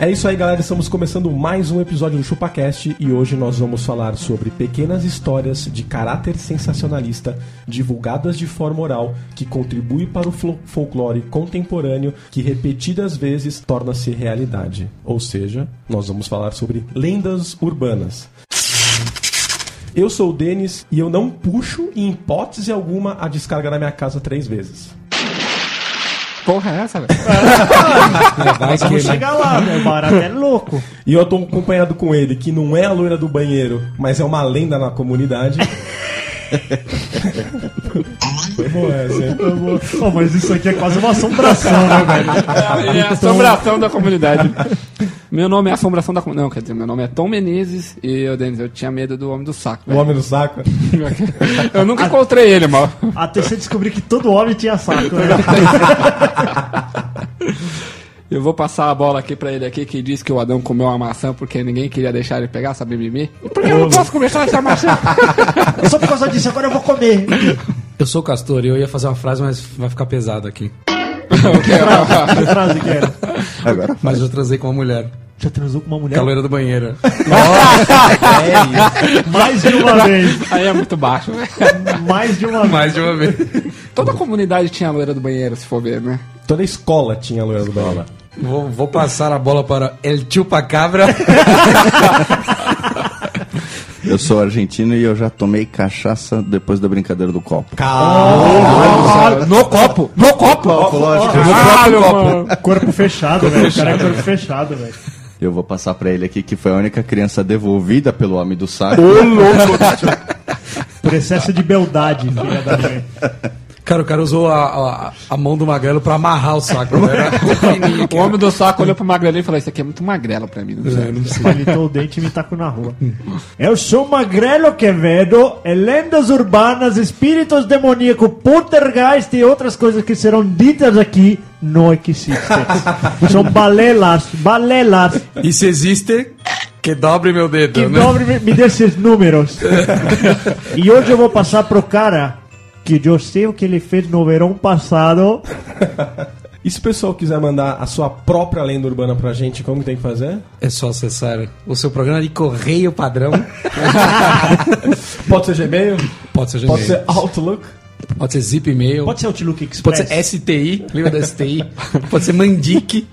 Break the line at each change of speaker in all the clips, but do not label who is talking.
É isso aí, galera. Estamos começando mais um episódio do ChupaCast e hoje nós vamos falar sobre pequenas histórias de caráter sensacionalista divulgadas de forma oral que contribui para o fol- folclore contemporâneo que repetidas vezes torna-se realidade. Ou seja, nós vamos falar sobre lendas urbanas. Eu sou o Denis e eu não puxo, em hipótese alguma, a descarga na minha casa três vezes.
Porra, é essa, velho?
Vai Vamos chegar lá, meu barato é louco.
E eu tô acompanhado com ele, que não é a loira do banheiro, mas é uma lenda na comunidade. Foi boa essa, hein?
Pô, mas isso aqui é quase uma assombração, né, velho?
É a assombração da comunidade. Meu nome é assombração da comunidade. Não, quer dizer, meu nome é Tom Menezes e eu, Denis, eu tinha medo do homem do saco.
O
velho.
homem do saco.
Eu nunca encontrei ele, mal.
Até você descobrir que todo homem tinha saco, né?
Eu vou passar a bola aqui pra ele aqui que diz que o Adão comeu uma maçã porque ninguém queria deixar ele pegar essa mimimi. Por que eu não posso começar essa maçã?
Só por causa disso, agora eu vou comer.
Eu sou Castor e eu ia fazer uma frase, mas vai ficar pesado aqui.
Que frase que era?
Mas eu transei com uma mulher,
Já transou com uma mulher
caloeira do banheiro.
é mais de uma vez.
Aí é muito baixo, né?
Mais de uma vez.
Mais de uma vez.
Toda a comunidade tinha a loira do banheiro, se for ver, né?
Toda escola tinha a loira do banheiro.
Vou, vou passar a bola para El Chupacabra.
Eu sou argentino e eu já tomei cachaça depois da brincadeira do copo.
no copo! No copo!
Lógico.
Caralho, mano!
Corpo fechado, velho. O cara é corpo fechado, velho.
Eu vou passar pra ele aqui que foi a única criança devolvida pelo homem do saco.
Por excesso de beldade, filha da mãe.
Cara, o cara usou a, a, a mão do magrelo pra amarrar o saco. né?
O homem do saco olhou pro magrelo e falou: Isso aqui é muito magrelo pra mim, É, não sei.
Palitou o dente e me tacou na rua. Eu sou Magrelo Quevedo, é lendas urbanas, espíritos demoníacos, poltergeist e outras coisas que serão ditas aqui não existem. São balelas, balelas,
E se existe, que dobre meu dedo.
que
né?
dobre me, me dê esses números. E hoje eu vou passar pro cara que eu sei o que ele fez no verão passado.
E se o pessoal quiser mandar a sua própria lenda urbana pra gente, como que tem que fazer?
É só acessar o seu programa de correio padrão.
Pode ser Gmail,
Pode ser Gmail.
pode ser Outlook,
Pode ser Zip Mail. Pode,
ser Outlook Express.
ser STI. Lembra da STI? pode ser Mandic.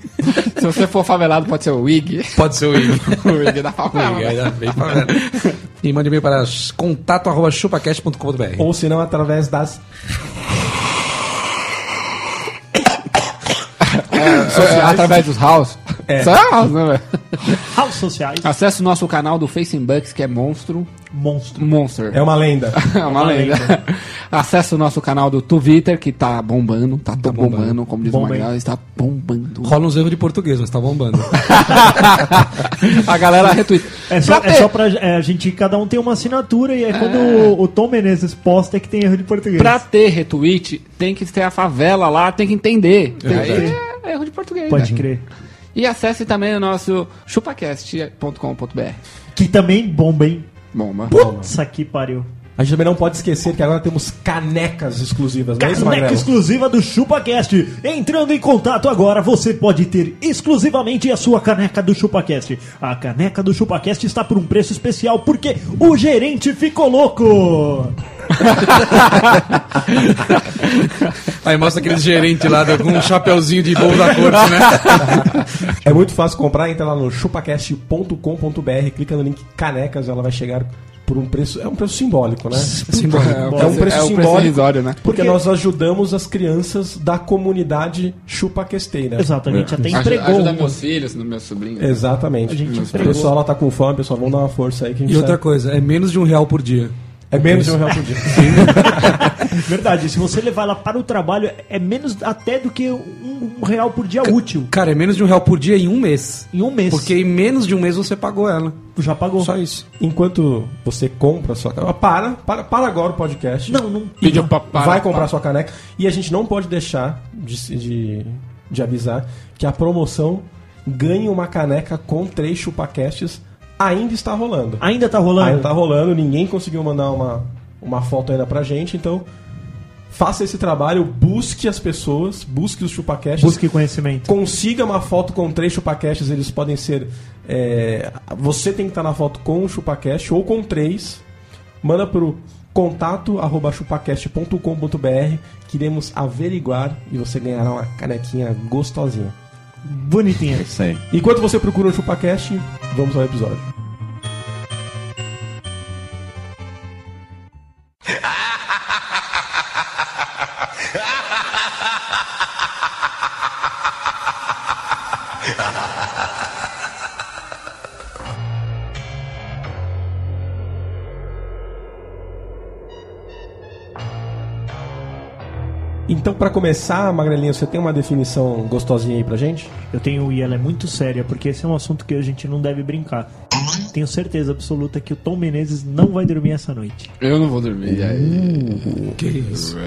Se você for favelado, pode ser o Wig.
Pode ser o Igor.
O Wig é. da favela.
Obrigado, bem falado. E mande e-mail para contato.chupacast.com.br.
ou se não, através das
É, através dos house. Só é house, né, velho?
House Sociais.
Acesse o nosso canal do Facebooks, que é Monstro
Monstro.
Monster.
É uma lenda.
É uma lenda. Acesse o nosso canal do Twitter, que tá bombando, tá, tão bombando, como diz o
Bomba,
Magal, está bombando.
Rola uns erros de português, mas tá bombando.
A galera retweet.
É só,
pra
é só pra é, a gente, cada um tem uma assinatura e aí
É.
quando o, o Tom Menezes posta é que tem erro de português.
Pra ter retweet, tem que ter a favela lá, tem que entender. Tem
verdade.
que- é erro de português.
Pode
né?
crer.
E acesse também o nosso chupacast.com.br.
Que também bomba, hein?
Bomba.
Putz, aqui pariu.
A gente também não pode esquecer que agora temos canecas exclusivas, não é isso,
Caneca
Magrelo?
exclusiva do ChupaCast. Entrando em contato agora, você pode ter exclusivamente a sua caneca do ChupaCast. A caneca do ChupaCast está por um preço especial porque o gerente ficou louco.
Aí mostra aqueles gerentes lá com um chapeuzinho de bolo da corte, né?
É muito fácil comprar, entra lá no chupacast.com.br, clica no link canecas, ela vai chegar por um preço, é um preço simbólico, né?
Assim,
É,
É um preço simbólico,
irrisório, né?
porque nós ajudamos as crianças da comunidade chupaquesteira.
Exato, a gente até
É.
Ajuda-
entregou.
Ajuda
um-
meus filhos, meus sobrinhos.
Exatamente.
A gente
o
entregou.
pessoal lá tá com fome, pessoal, vamos dar uma força aí que a gente
E outra
sabe-
coisa, é menos de um real por dia.
É menos de um real por dia.
Verdade, se você levar ela para o trabalho, é menos até do que um, um real por dia útil.
Cara, é menos de um real por dia em um mês.
Em um mês.
Porque em menos de um mês você pagou ela.
já pagou.
Só isso.
Enquanto você compra a sua caneca. Para, para, para agora o podcast.
Não, não.
Pediu pra, para-
vai comprar a sua caneca. E a gente não pode deixar de, se- de, de avisar que a promoção ganhe uma caneca com três chupacasts, ainda está rolando.
Ainda tá rolando?
Ainda tá rolando, ninguém conseguiu mandar uma, uma foto ainda pra gente, então faça esse trabalho, busque as pessoas, busque os chupacasts.
Busque conhecimento.
Consiga uma foto com três chupacasts, eles podem ser. é, você tem que estar na foto com o chupacast ou com três. Manda pro contato arroba chupacast.com.br. Queremos averiguar e você ganhará uma canequinha gostosinha.
Bonitinha.
Isso aí.
Enquanto você procura o chupacast, vamos ao episódio. Então, pra começar, Magrelinha, você tem uma definição gostosinha aí pra gente?
Eu tenho, e ela é muito séria, porque esse é um assunto que a gente não deve brincar. Tenho certeza absoluta que o Tom Menezes não vai dormir essa noite.
Eu não vou dormir.
Que isso?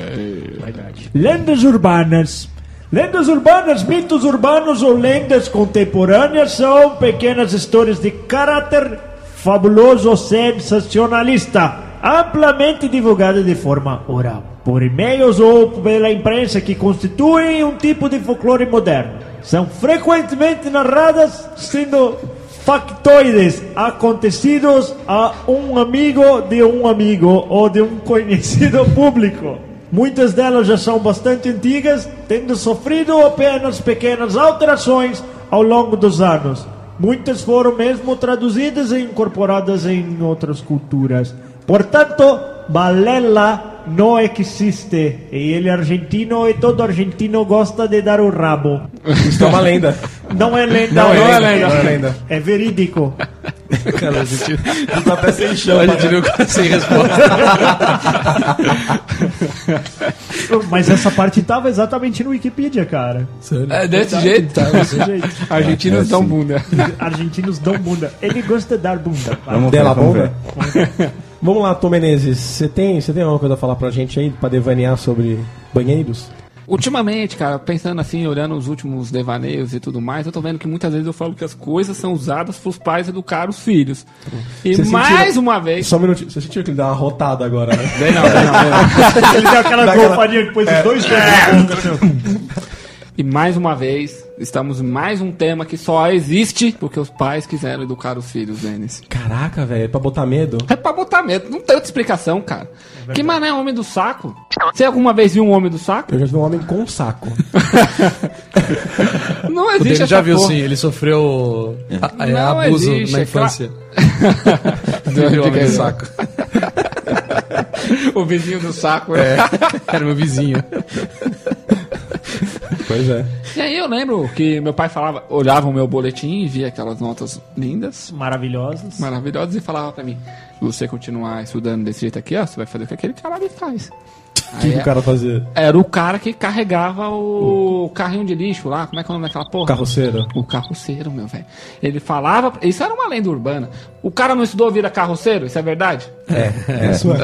Lendas urbanas. Lendas urbanas, mitos urbanos ou lendas contemporâneas são pequenas histórias de caráter fabuloso ou sensacionalista, amplamente divulgadas de forma oral, por e-mails ou pela imprensa que constituem um tipo de folclore moderno. São frequentemente narradas sendo Factoides acontecidos a um amigo de um amigo ou de um conhecido público. Muitas delas já são bastante antigas, tendo sofrido apenas pequenas alterações ao longo dos anos. Muitas foram mesmo traduzidas e incorporadas em outras culturas. Portanto, Balela não existe. E ele é argentino e todo argentino gosta de dar o rabo.
Isso é uma lenda.
Não é lenda,
Não é lenda.
Não é lenda.
É verídico.
Cara, a gente,
Tu tá até sem chão,
a
cara.
gente viu que- sem resposta.
Mas essa parte tava exatamente no Wikipedia, cara.
É, desse jeito, tá?
é-
Desse jeito.
Argentinos
É,
dão
assim.
sim.
bunda.
Argentinos dão bunda. Ele gosta de dar bunda. vai.
Vamos ver,
Dela
vamos
bomba?
ver.
Vamos lá, Tom Menezes. Você tem, você tem alguma coisa a falar pra gente aí, pra devanear sobre banheiros?
Ultimamente, cara, pensando assim, olhando os últimos devaneios e tudo mais, eu tô vendo que muitas vezes eu falo que as coisas são usadas pros pais educar os filhos. E
Você
mais
sentiu-
uma vez.
Só um minutinho. Você sentiu que ele dá uma rotada agora, né?
Vem não, vem não, vem não.
Ele deu aquela
Daquela-
golfadinha que pôs os dois pés.
E mais uma vez, estamos em mais um tema que só existe porque os pais quiseram educar os filhos, Denis.
Caraca, velho, é pra botar medo?
É pra botar medo, não tem outra explicação, cara. que mané é homem do saco? Você alguma vez viu um homem do saco?
Eu já vi um homem com um saco.
Não
O
existe
Dave
essa
já viu
porra.
sim, ele sofreu a- é,
Não
abuso
existe,
na
é claro.
infância. Teve homem do saco.
O vizinho do saco, é.
Era meu vizinho.
Pois é.
E aí eu lembro que meu pai falava, olhava o meu boletim e via aquelas notas lindas,
Maravilhosos.
maravilhosas, e falava pra mim, se você continuar estudando desse jeito aqui, ó, você vai fazer o que aquele cara ali faz.
O que, que o cara fazia?
Era o cara que carregava o carrinho de lixo lá, como é que é o nome daquela porra?
Carroceiro?
O carroceiro, meu velho. Ele falava. Isso era uma lenda urbana. O cara não estudou vira carroceiro? Isso é verdade?
É. Isso é.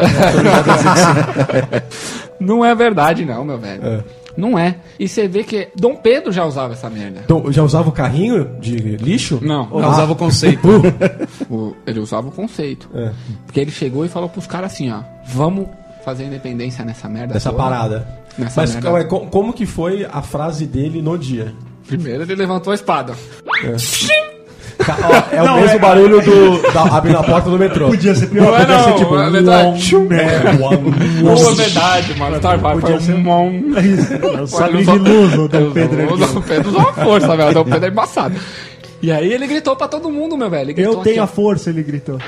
Não é verdade, não, meu velho. Não é. E você vê que Dom Pedro já usava essa merda.
Então, já usava o carrinho de lixo?
Não,
Não usava o conceito.
o- ele usava o conceito.
É.
Porque ele chegou e falou pros caras assim, ó. Vamos fazer independência nessa merda.
Dessa
toda."
parada.
Nessa
Mas
merda.
ué, co- como que foi a frase dele no dia?
Primeiro ele levantou a espada.
Ca- ó, é o
Não,
mesmo
é-
barulho do. da- abrindo a porta do metrô.
Podia ser pior.
Não é
podia
não,
ser tipo...
é
uom,
verdade.
É.
né, uom, uom.
Boa é verdade, mano. Star Wars
Podia
foi um mom.
É Não, Só
Olha,
me
usou-
iluso, Dom
usou-
um Pedro.
O Dom Pedro usou uma força, velho. O Dom Pedro é embaçado. E aí ele gritou pra todo mundo, meu velho. Ele gritou assim,
Eu tenho a
aqui,
força, ele gritou.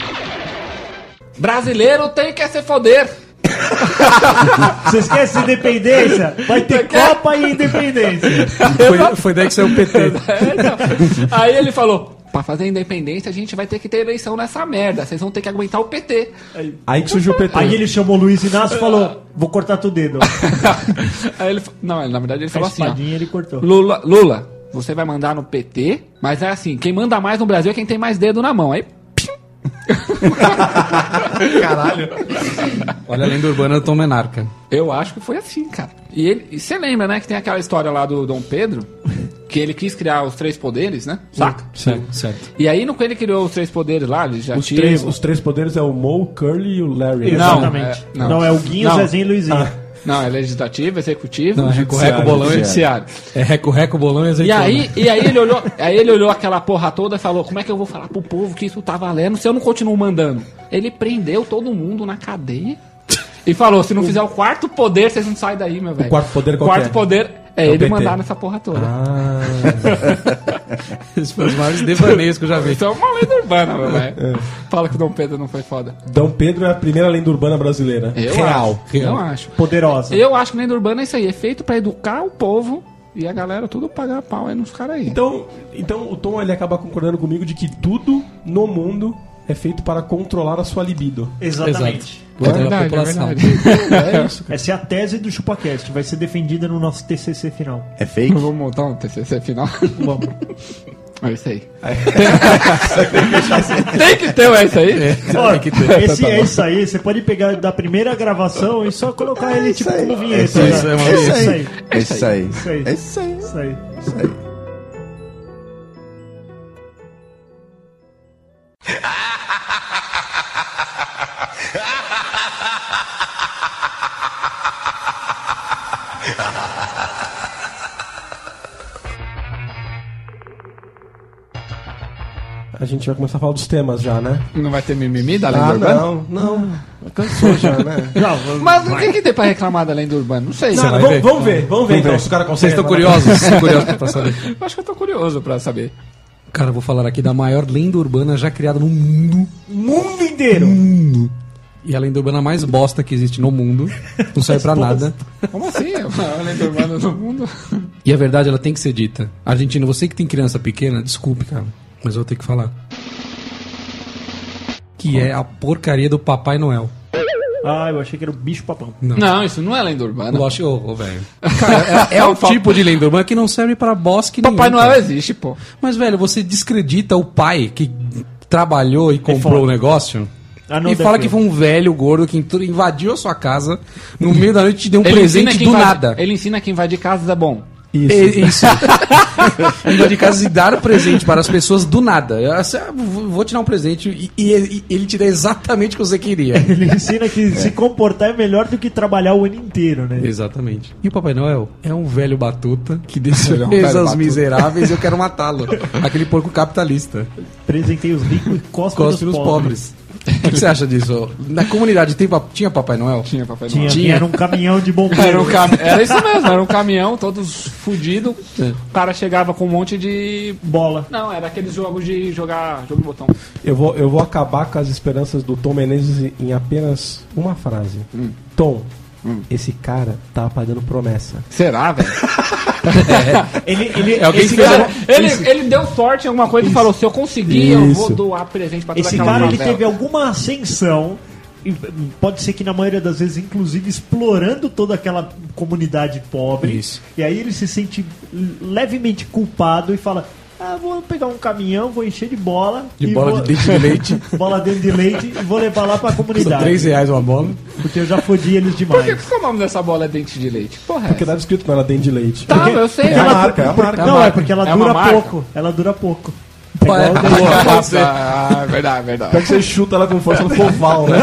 ó, Brasileiro tem que se foder.
Vocês querem essa independência? Vai ter
quer?
Copa e independência.
Foi, foi daí que saiu o PT.
É, então. aí ele falou... Pra fazer a independência, a gente vai ter que ter eleição nessa merda. Vocês vão ter que aguentar o PT.
Aí que surgiu o PT.
Aí ele chamou o Luiz Inácio e falou: Vou cortar teu dedo.
Aí ele... fa- Não, na verdade ele
É. A
falou assim, ó.
espadinha ele cortou.
Lula, Lula, você vai mandar no PT, mas é assim, quem manda mais no Brasil é quem tem mais dedo na mão. Aí. Caralho.
Olha, a lenda urbana do Tom Menarca.
Eu acho que foi assim, cara. E ele, e você lembra, né, que tem aquela história lá do Dom Pedro, que ele quis criar os três poderes, né? Saca?
Certo, certo.
E aí, no que ele criou os três poderes lá, ele já
Os
tinha.
três, os três poderes é o Mo, o Curly e o Larry. né?
Não.
Exatamente.
é- não.
Não, é o Guinho,
Não.
Zezinho e Luizinho.
Não, é legislativo, executivo,
Não, é reco, reco, bolão e
judiciário.
É reco, reco, bolão e
E
Então,
azeitona.
né?
aí, e aí ele olhou, aí ele olhou aquela porra toda e falou: "Como é que eu vou falar pro povo que isso tá valendo se eu não continuo mandando?" Ele prendeu todo mundo na cadeia e falou: "Se não fizer o quarto poder, vocês não saem daí, meu velho."
O quarto poder
O
qual que
quarto
é?
poder
É
é,
o Ah.
ele
PT.
mandar nessa porra toda.
Esses foram os um maiores devaneios que eu já vi.
Isso é uma lenda urbana, meu
É.
velho. Fala que o Dom Pedro não foi foda.
Dom Pedro é a primeira lenda urbana brasileira.
Eu
Real.
acho. Eu acho.
Poderosa.
Eu acho que lenda urbana é isso aí, é feito pra educar o povo e a galera tudo pagar pau aí nos caras aí.
Então, então o Tom ele acaba concordando comigo de que tudo no mundo é feito para controlar a sua libido.
Exatamente.
Então,
Contra a
verdade, é
população.
verdade.
É isso.
Essa é a tese do ChupaCast, vai ser defendida no nosso TCC final.
É fake?
Vamos montar um TCC final.
Bom,
É isso aí. Tem que ter o é isso aí?
ó, esse é isso aí, você pode pegar da primeira gravação e só colocar ele tipo como vinheta.
É isso aí,
né? É isso
isso aí, isso
aí.
É isso
Isso
aí.
aí.
É isso aí.
Isso aí.
Isso aí.
A gente vai começar a falar dos temas já, né? Tá
Não vai ter mimimi da lenda urbana?
Ah, não, não. Cansou já, né?
Não, vamos-
Mas o que, que tem pra reclamar da lenda urbana? Não sei.
Ah,
Não,
vai
vamos,
ver.
vamos ver, vamos ver então se o cara consegue.
Vocês estão curiosos? Estão curiosos pra saber.
Eu acho que eu tô curioso pra saber.
Cara, eu vou falar aqui da maior lenda urbana já criada no mundo.
mundo inteiro.
E a lenda urbana mais bosta que existe no mundo. Não serve pra nada.
Como assim? É a maior lenda urbana do mundo?
E a verdade, ela tem que ser dita. Argentina, você que tem criança pequena, desculpe, cara. Mas eu vou ter que falar. Que é a porcaria do Papai Noel.
Ah, eu achei que era o bicho papão.
Não, isso não é lenda urbana.
Lógico, ô, ô, velho. Cara, é, é o tipo de lenda urbana que não serve pra bosque
Papai
nenhum,
Noel é
cara.
existe, pô.
Mas, velho, você descredita o pai que trabalhou e comprou
foda.
o negócio.
Ah, não,
e fala
defendo.
que foi um velho gordo que entrou- invadiu a sua casa no meio da noite e te deu um
ensina
presente
que
do
invade- É
nada.
Ele ensina que invadir casas é bom.
Isso.
É, Isso. Invadir casa e dar um presente para as pessoas do nada. Eu, assim, ah, vou vou te dar um presente e, e- e ele te dá exatamente o que você queria.
Ele ensina que se comportar é melhor do que trabalhar o ano inteiro, né?
Exatamente. E o Papai Noel é um velho batuta que
Ele é um
desfez
velho
aos
batuta.
miseráveis e eu quero matá-lo. Aquele porco capitalista.
Presentei os ricos e cospe,
Cospe nos pobres. O que você acha disso? Na comunidade tem pa- tinha Papai Noel?
Tinha Papai
Tinha,
Noel.
Era um caminhão de bombeiro.
Era, um cam- era isso mesmo, era um caminhão, todos fudidos. O cara chegava com um monte de.
Bola.
Não, era aqueles jogos de jogar jogo de botão.
Eu vou, eu vou acabar com as esperanças do Tom Menezes em- em apenas uma frase. Tom, esse cara tá pagando Hum. promessa.
Será, velho?
Ele, ele,
É alguém
esse
que fez
cara,
alguma-
Ele, ele deu sorte em alguma coisa e falou: se eu conseguir, eu vou
Isso.
doar presente pra toda
esse
aquela
cara ele
favela."
teve alguma ascensão. e Pode ser que na maioria das vezes, inclusive, explorando toda aquela comunidade pobre.
Isso.
E aí ele se sente levemente culpado e fala: Ah, vou pegar um caminhão, vou encher de bola.
De
e
bola
vou-
de dente de leite.
bola dentro de leite e vou levar lá pra
Custa
comunidade.
3 reais uma bola.
Porque eu já fodi eles
Por que,
demais.
que o nome dessa bola é dente de leite? Porra, é
Porque
essa?
tava escrito que não era dente de leite.
Tá, eu sei.
É a
ela-
marca, é a marca.
Não,
marca.
é porque ela
É uma
dura
marca.
pouco. Ela dura pouco. É
Pô, é-
igual o dente.
Ah, verdade,
Pior
verdade.
que você chuta ela com força no foval, né?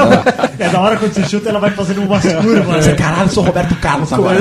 É da hora quando você chuta, ela vai fazendo umas curvas.
Você,
né?
caralho, eu sou Roberto Carlos agora.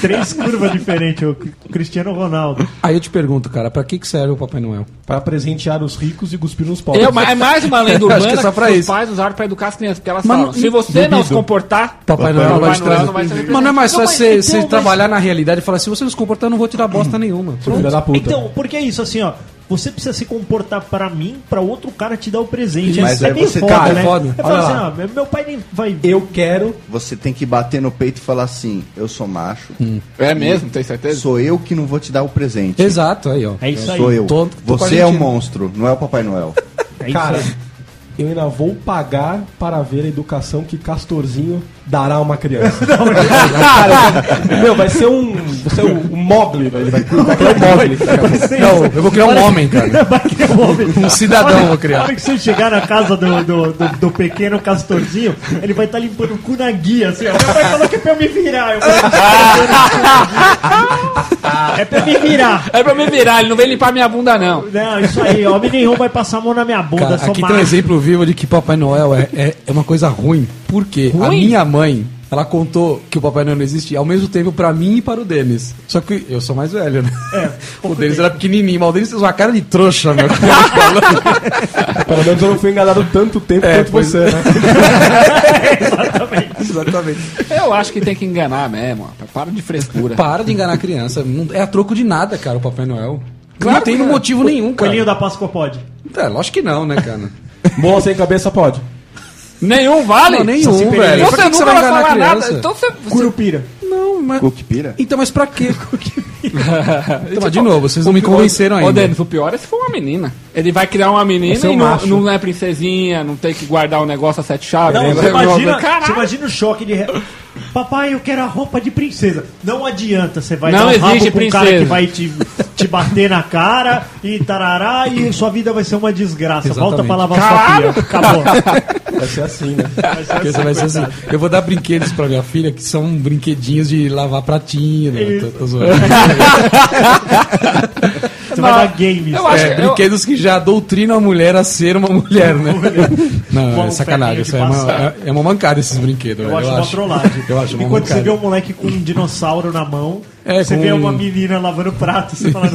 Três curvas diferentes, o Cristiano Ronaldo.
Aí eu te pergunto, cara, pra que, que serve o Papai Noel?
Pra presentear os ricos e cuspir nos pobres.
Eu, é mais uma lenda
Acho que é
urbana que,
só pra
os
isso.
pais usaram pra educar as crianças. Porque elas
Mas
falam:
não-
se você não se comportar,
Papai Noel não vai te
Noel
trazer.
não vai trazer
Mas não é mais
Não,
fácil
mas
você,
então,
você
mas-
trabalhar na realidade e falar assim, você não se comportar, eu não vou te dar bosta nenhuma.
Seu filho da puta.
Então, porque é isso, assim, ó. Você precisa se comportar pra mim, pra outro cara te dar o presente.
Mas
Isso é
aí
bem
você-
foda,
cara, é
né?
foda.
Eu falo
Olha
assim,
lá.
ah, meu- meu pai nem vai...
eu quero
Você tem que bater no peito e falar assim: eu sou macho,
Hum.
É mesmo, tem certeza?
sou eu que não vou te dar o presente.
Exato, aí, ó.
É isso aí.
Sou eu.
Tô- tô com a
Você
gente,
é o
né?
monstro, não é o Papai Noel.
É isso
Cara,
aí.
eu ainda vou pagar para ver a educação que Castorzinho dará a uma criança. meu, vai ser um. Vai ser um, um Mogli, velho. Vai, vai criar um Mogli.
Não, eu vou criar um homem, cara.
Vai que eu vou ver.
Um cidadão eu vou
Na
criar.
hora que você chegar na casa do, do, do, do pequeno Castorzinho, ele vai estar limpando o cu na guia, assim, ó. Meu pai falou que é pra eu me virar. Eu falei, é pra eu me virar.
É pra me virar, ele não vem limpar minha bunda, não.
Não, isso aí, homem nenhum vai passar a mão na minha bunda,
Cara,
só
aqui tem um
mais.
exemplo vivo de que Papai Noel é, é, é uma coisa ruim. Por quê? A
Ruim?
minha mãe, ela contou que o Papai Noel não existe ao mesmo tempo pra mim e para o Denis. Só que eu sou mais velho, né?
É,
o Denis era pequenininho, mas o Denis fez uma cara de trouxa, meu.
Pelo menos eu não fui enganado tanto tempo
É,
quanto
pois
você, né?
Exatamente.
Eu acho que tem que enganar mesmo, ó. Para de frescura.
Para de enganar a criança. Não- é a troco de nada, cara, o Papai Noel.
Claro
não tem
que é.
motivo nenhum,
Coelhinho
cara.
da Páscoa pode.
É, lógico que não, né, cara?
Bola sem cabeça pode.
Nenhum vale?
Não, nenhum, velho.
Você
Pra que que
nunca
você vai
vai
enganar a
falar nada.
criança?
Então você, você
Curupira.
Não, mas...
Cookpira?
Então, mas pra quê? então, mas de novo, vocês não me convenceram
Ô,
ainda.
Denis, o pior é se for uma menina. Ele vai criar uma menina
Você é um
e não,
macho.
não é princesinha, não tem que guardar o negócio a sete chaves.
Não,
né?
você imagina, você
Caralho.
imagina o choque de. re- Papai, eu quero a roupa de princesa. Não adianta, você vai
Não
dar um
existe
rabo pra um cara
princesa.
que vai te, te bater na cara e tarará, e sua vida vai ser uma desgraça. Volta pra lavar sua pia. Acabou.
Vai ser assim, né?
Porque você vai ser assim, eu vou dar brinquedos pra minha filha que são brinquedinhos de lavar pratinho, né? Tô, tô zoando.
Você vai dar games.
Eu acho
É,
que eu-
brinquedos que já doutrinam a mulher a ser uma mulher, né? Não,
Bom,
é
ferrinho
sacanagem. Isso
de
é uma,
passar.
é- é uma mancada esses brinquedos.
Eu
velho,
acho uma trollagem.
Eu acho uma
Enquanto você vê
mancada.
um moleque com um dinossauro na mão,
É,
você
com
vê
um-
uma menina lavando prato, você fala.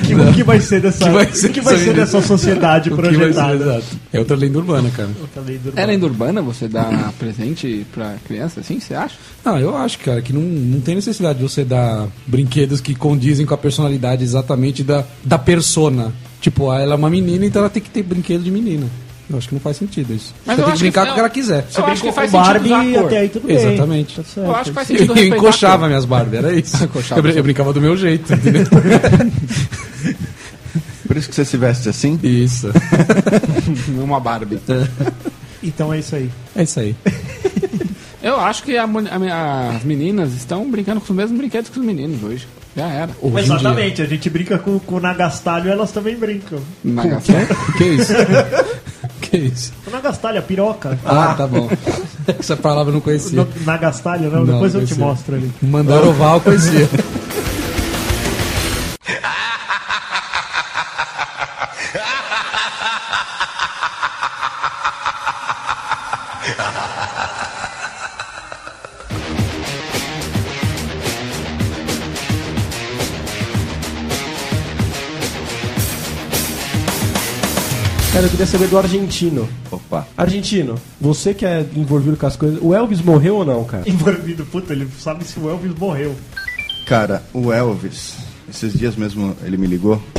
que, o que vai ser dessa,
Que vai
o
ser
que vai
dessa
ser
vida?
dessa sociedade
O que vai ser,
projetada?
exato. É outra lenda urbana, cara.
É lenda urbana você dar presente pra criança, assim, você acha?
Não, eu acho, cara, que não, não tem necessidade de você dar brinquedos que condizem com a personalidade exatamente da, da persona. Tipo, ah, ela é uma menina, então ela tem que ter brinquedo de menina. Eu acho que não faz sentido isso.
Mas eu
ela tem
acho
que brincar
que-
com o que ela quiser.
eu acho que faz sentido usar
Barbie
a cor.
até aí tudo bem.
Exatamente.
Tá certo.
Eu acho que faz
Eu,
sentido respeitar a cor.
encoxava minhas barbas, era isso.
Encoxava
Eu, brin-
sua-
eu brincava do meu jeito, entendeu?
Por isso que você se veste assim?
Isso.
uma Barbie.
Então é isso aí.
É isso aí.
Eu acho que a mu- a mi- as meninas estão brincando com os mesmos brinquedos que os meninos hoje. Já era.
Hoje em
Exatamente, a gente brinca com, com o Nagastalho elas também brincam.
Na garçom.
dia. Que isso? Que isso?
O Nagastalho, a piroca.
Ah, tá bom. Essa palavra eu não conhecia.
No- Nagastalho, não,
Não,
depois eu
não é-
te
sei.
mostro ali.
Mandar oval eu conhecia.
Cara, eu queria saber do argentino.
Opa.
Argentino, você que é envolvido com as coisas. O Elvis morreu ou não, cara?
Envolvido, puta, ele sabe se o Elvis morreu.
Cara, o Elvis, esses dias mesmo ele me ligou.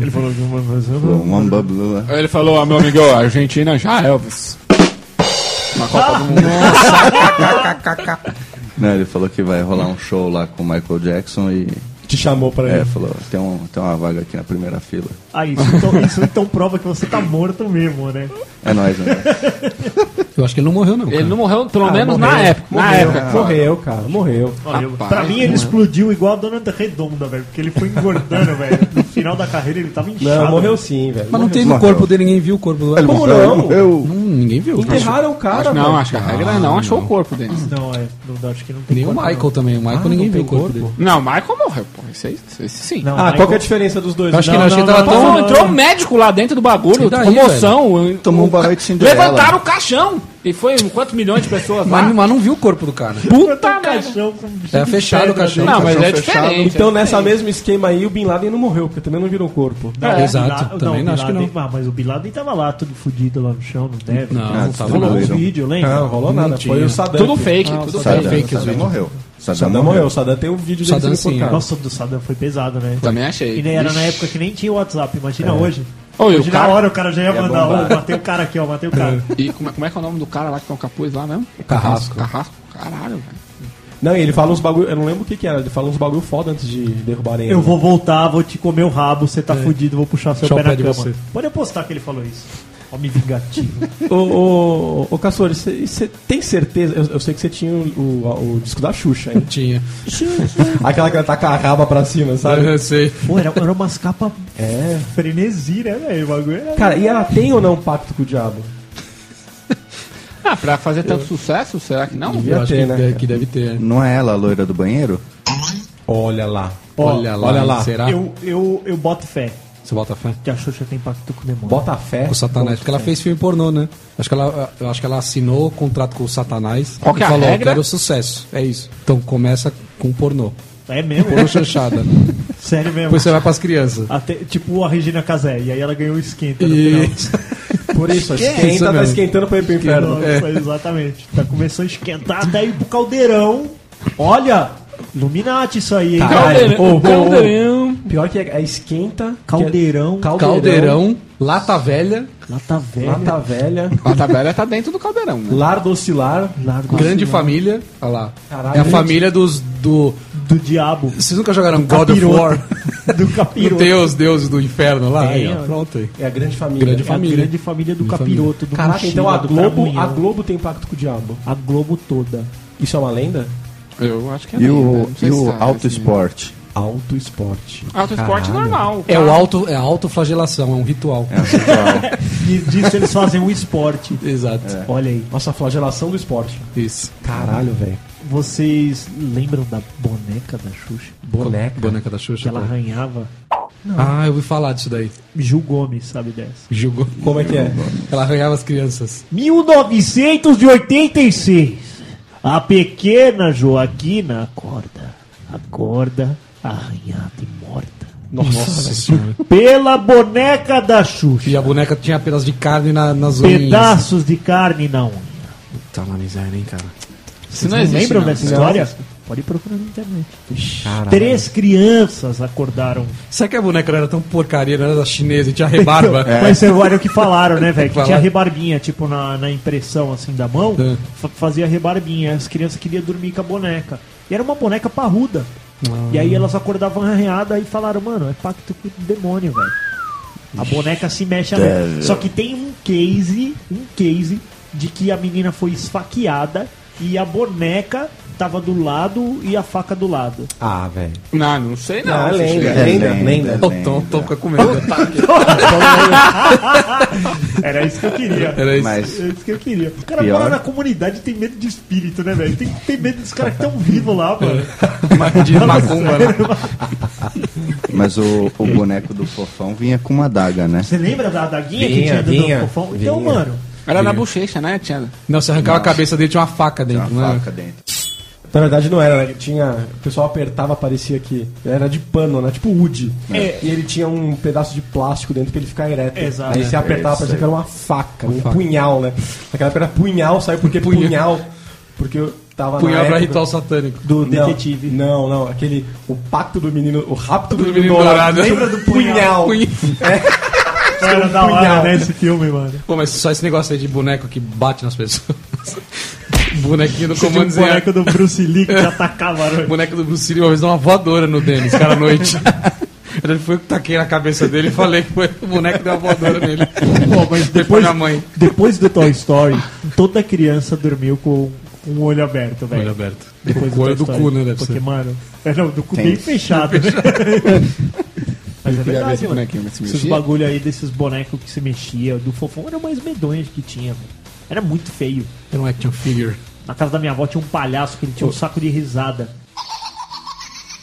Ele falou que uma vez eu
falou, One Bubble. uh."
Ele falou, ah, meu amigo, a Argentina já Elvis. Na Copa do Mundo.
Não, ele falou que vai rolar um show lá com o Michael Jackson e.
Te chamou pra
É,
Hum.
ele.
falou, tem, um, tem uma vaga aqui na primeira fila.
Ah, isso então, isso então prova que você tá morto mesmo, né?
É nóis, né?
Eu acho que ele não morreu, não.
Ele
cara.
não Ah, morreu, pelo menos na
morreu.
época. na
Morreu,
época.
morreu, cara, morreu.
Olha,
Rapaz,
pra mim ele
mano.
explodiu igual a Dona Redonda, velho, porque ele foi engordando, velho. No final da carreira ele tava
Não,
inchado.
né?
morreu sim, velho.
Mas não teve o
Morreu.
corpo dele, ninguém viu o corpo do
Como
Ele
não?
morreu.
Hum, ninguém viu.
Enterraram o cara,
Acho- não,
mano.
acho que a regra não, achou o corpo dele.
Não, é, não dá, acho que não tem
Nem o
corpo,
Michael também. O Michael
Ah,
ninguém
não tem
viu o corpo,
corpo?
dele.
Não, Michael morreu, pô. Esse, aí- esse, esse sim.
Não, tá
Ah,
Michael-
qual que é a diferença dos dois?
Eu acho que
Não,
não, achei
não,
que tava
não,
Pô,
tão.
não.
entrou um médico lá dentro do bagulho,
E daí,
comoção.
Tomou um baralho de Cinderela.
Levantaram o caixão. E foi quantos milhões de pessoas lá?
Mas, mas não viu o corpo do cara.
Tá
Puta
um
merda.
caixão com
É fechado o caixão.
Não, mas é
fechado.
diferente.
Então, nessa mesma esquema aí, o Bin Laden não morreu, porque também não virou corpo.
É, Exato, também não, acho que não.
Ah, mas o Bin Laden tava lá, tudo fudido lá no chão, não deve.
Não,
Ah,
não tava
rolou
não.
um vídeo, lembra?
Não rolou
Não
nada,
tinha.
foi o Saddam.
Tudo
que-
fake, tudo
Saddam,
fake.
fake os
Saddam
né?
vídeos.
morreu.
O Saddam morreu, o Saddam tem um vídeo dele
Saddam
sendo
sim,
cortado.
Nossa, o do Saddam foi pesado, né?
Também achei.
E nem era na
Ixi.
época que nem tinha WhatsApp, imagina hoje.
Ô, e o
Hoje na
cara-
hora o cara já ia mandar,
bombar.
ó, matei o cara aqui, ó, matei o cara.
E como é, como é que é o nome do cara lá que tem o capuz lá mesmo?
Carrasco.
Carrasco, caralho, velho.
Não, e ele fala uns bagulho, eu não lembro o que que era, ele fala uns bagulho foda antes de derrubarem ele.
Eu vou voltar, vou te comer o rabo, você tá fudido, vou puxar seu
Puxar
pé
o
na
pé de
cama.
você.
Pode apostar que ele falou isso. Homem vingativo.
Ô, ô, ô Castor, você tem certeza? Eu, eu sei que você tinha o, o- o disco da Xuxa, hein?
Tinha.
Aquela que ela tá com a raba pra cima, sabe?
Eu sei.
Pô, era, era umas capas
É.
frenesi, né, velho? O bagulho era...
Cara, e ela tem ou não um pacto com o diabo?
Ah, pra fazer tanto sucesso, será que não?
Devia
Eu acho
ter,
que,
né,
deve,
cara?
que deve ter.
Não é ela a loira do banheiro?
Olha lá.
Olha lá,
olha lá.
será?
Eu, eu, eu boto fé
Você bota fé?
que a Xuxa tem pacto com o demônio.
Bota fé.
Com o Satanás, porque ela fez filme pornô, né? Acho que ela, eu acho que ela assinou o contrato com o Satanás
Qual que
e
é a
falou,
regra?
quero sucesso. É isso. Então começa com pornô.
É mesmo?
Pornô chanchada.
Sério mesmo.
Depois você vai pras crianças.
Até, tipo a Regina Casé, e aí ela ganhou o esquenta no
E...
final.
Por isso,
é isso
esquenta, tá
mesmo?
esquentando pra ir pro inferno.
Nossa, Exatamente. Tá começando a esquentar até ir pro caldeirão. Olha! Illuminati isso aí, hein?
Caralho.
Caldeirão.
Ô, ô, ô.
Caldeirão.
Pior que é, é esquenta. que é-
Caldeirão.
caldeirão.
Caldeirão, lata velha,
Lata velha.
Lata velha.
A tabela tá dentro do caldeirão, né?
É. Lar docilar.
Largo
grande
assim,
família. Olha lá.
Caralho,
é a
gente.
família dos. do.
ó, Do diabo.
Vocês nunca jogaram God of
capiroto.
War?
Do
Não
capiroto.
tem os deuses do inferno lá? Aí, ó,
ó.
pronto aí.
É a grande família.
Grande
É a
É a
família.
grande família do
Grande
capiroto. Do
Caraca,
Mochila,
então a
do
Globo,
Cramunhão.
a Globo tem pacto com o diabo.
A Globo toda.
Isso é uma lenda?
Eu acho que é
E
lenda,
o,
não sei
e
se
o
sabe,
auto
assim.
esporte?
Alto esporte.
Auto esporte normal.
É o
cara.
auto, é a autoflagelação, é um ritual.
E disso eles fazem um esporte.
Exato.
Olha aí.
Nossa, a flagelação do esporte.
Isso.
Caralho, velho.
Vocês lembram da boneca da Xuxa?
Boneca.
Boneca da
Que
Xuxa.
ela
pô.
arranhava.
Ah, eu ouvi falar disso daí.
Gil Gomes, sabe dessa?
Jogou.
Como é que é?
Ela arranhava as crianças.
1986. A pequena Joaquina acorda. Acorda arranhada e morta.
Nossa senhora.
Pela boneca da
E a
Xuxa.
boneca tinha pedaço de carne na, nas unhas.
Pedaços de carne na unha.
Tá na miséria, hein, cara.
Se não existe,
lembram
não.
dessa
Não.
história? Pode procurar na internet.
Caralho.
Três crianças acordaram.
Será que a boneca não era tão porcaria, não era da chinesa e tinha rebarba?
Mas você olha o que falaram, né, velho? Que tinha
É. Falaram.
rebarbinha, tipo, na, na impressão, assim, da mão.
É.
fa- Fazia rebarbinha. As crianças queriam dormir com a boneca. E era uma boneca parruda. E
Ah.
aí elas acordavam arranhadas e falaram, mano, é pacto com o demônio, velho. A boneca se mexe a
É,
Devil.
Só que tem um case, um case, de que a menina foi esfaqueada e a boneca tava do lado e a faca do lado.
Ah, velho.
Não, não sei não.
Ah,
se
lenda,
tiver.
lenda, lenda.
Ô, Tom, Tom fica com medo.
Era isso que eu queria.
Era isso.
Mas
É isso que eu queria. O cara
Pior.
mora na comunidade e tem medo de espírito, né, velho? Tem, tem medo dos caras que estão vivos lá, mano.
É. De macumba, né?
Mas o, o boneco do fofão vinha com uma daga, né?
Você lembra da adaguinha que
Vinha,
tinha do
vinha,
Dom Fofão? Então,
vinha.
mano,
Era na bochecha, né? Tinha...
Não, você arrancava a cabeça dele, tinha uma faca
Tinha
dentro,
uma
né?
faca dentro.
Na verdade não era, né? Tinha. O pessoal apertava, parecia que. Era de pano, né? Tipo Wood.
É.
E ele tinha um pedaço de plástico dentro que ele ficava ereto.
Exato.
Aí você apertava,
isso
parecia
aí.
que era uma faca, um
faca.
punhal, né? Naquela época era punhal, saiu porque
Punhal.
punhal. Porque eu tava na
Punhal pra
época
ritual satânico.
Do
Não.
detetive. Não, não, aquele. O pacto do menino. O rapto do,
Do
menino
menino
dourado.
dourado.
Lembra do punhal?
era da hora,
punhal.
né, esse filme, mano.
Pô, mas só esse negócio aí de boneco que bate nas pessoas. Bonequinho do
Tinha um
comando Zé.
boneco do Bruce Lee que atacava, né? mano.
boneco do Bruce Lee uma vez deu uma voadora no Denis, cara, à noite. Ele foi eu que taquei na cabeça dele e falei que foi o boneco deu uma voadora nele. Pô, mas
depois-
da mãe.
Depois do Toy Story, toda criança dormiu com um olho aberto, velho.
Olho aberto.
Depois
o olho do
Toy
cu,
Story.
né? Deve
Porque,
ser.
mano, é, não, do cu
Tem
bem
isso.
fechado, né? Mas é
Queria ver
verdade,
esse
mano.
bonequinho se
Esses
mexia.
bagulho aí desses bonecos que se mexia, do fofão, era o mais medonho que tinha, velho. Era muito feio.
Era um action figure.
Na casa da minha avó tinha um palhaço que ele tinha um saco de risada.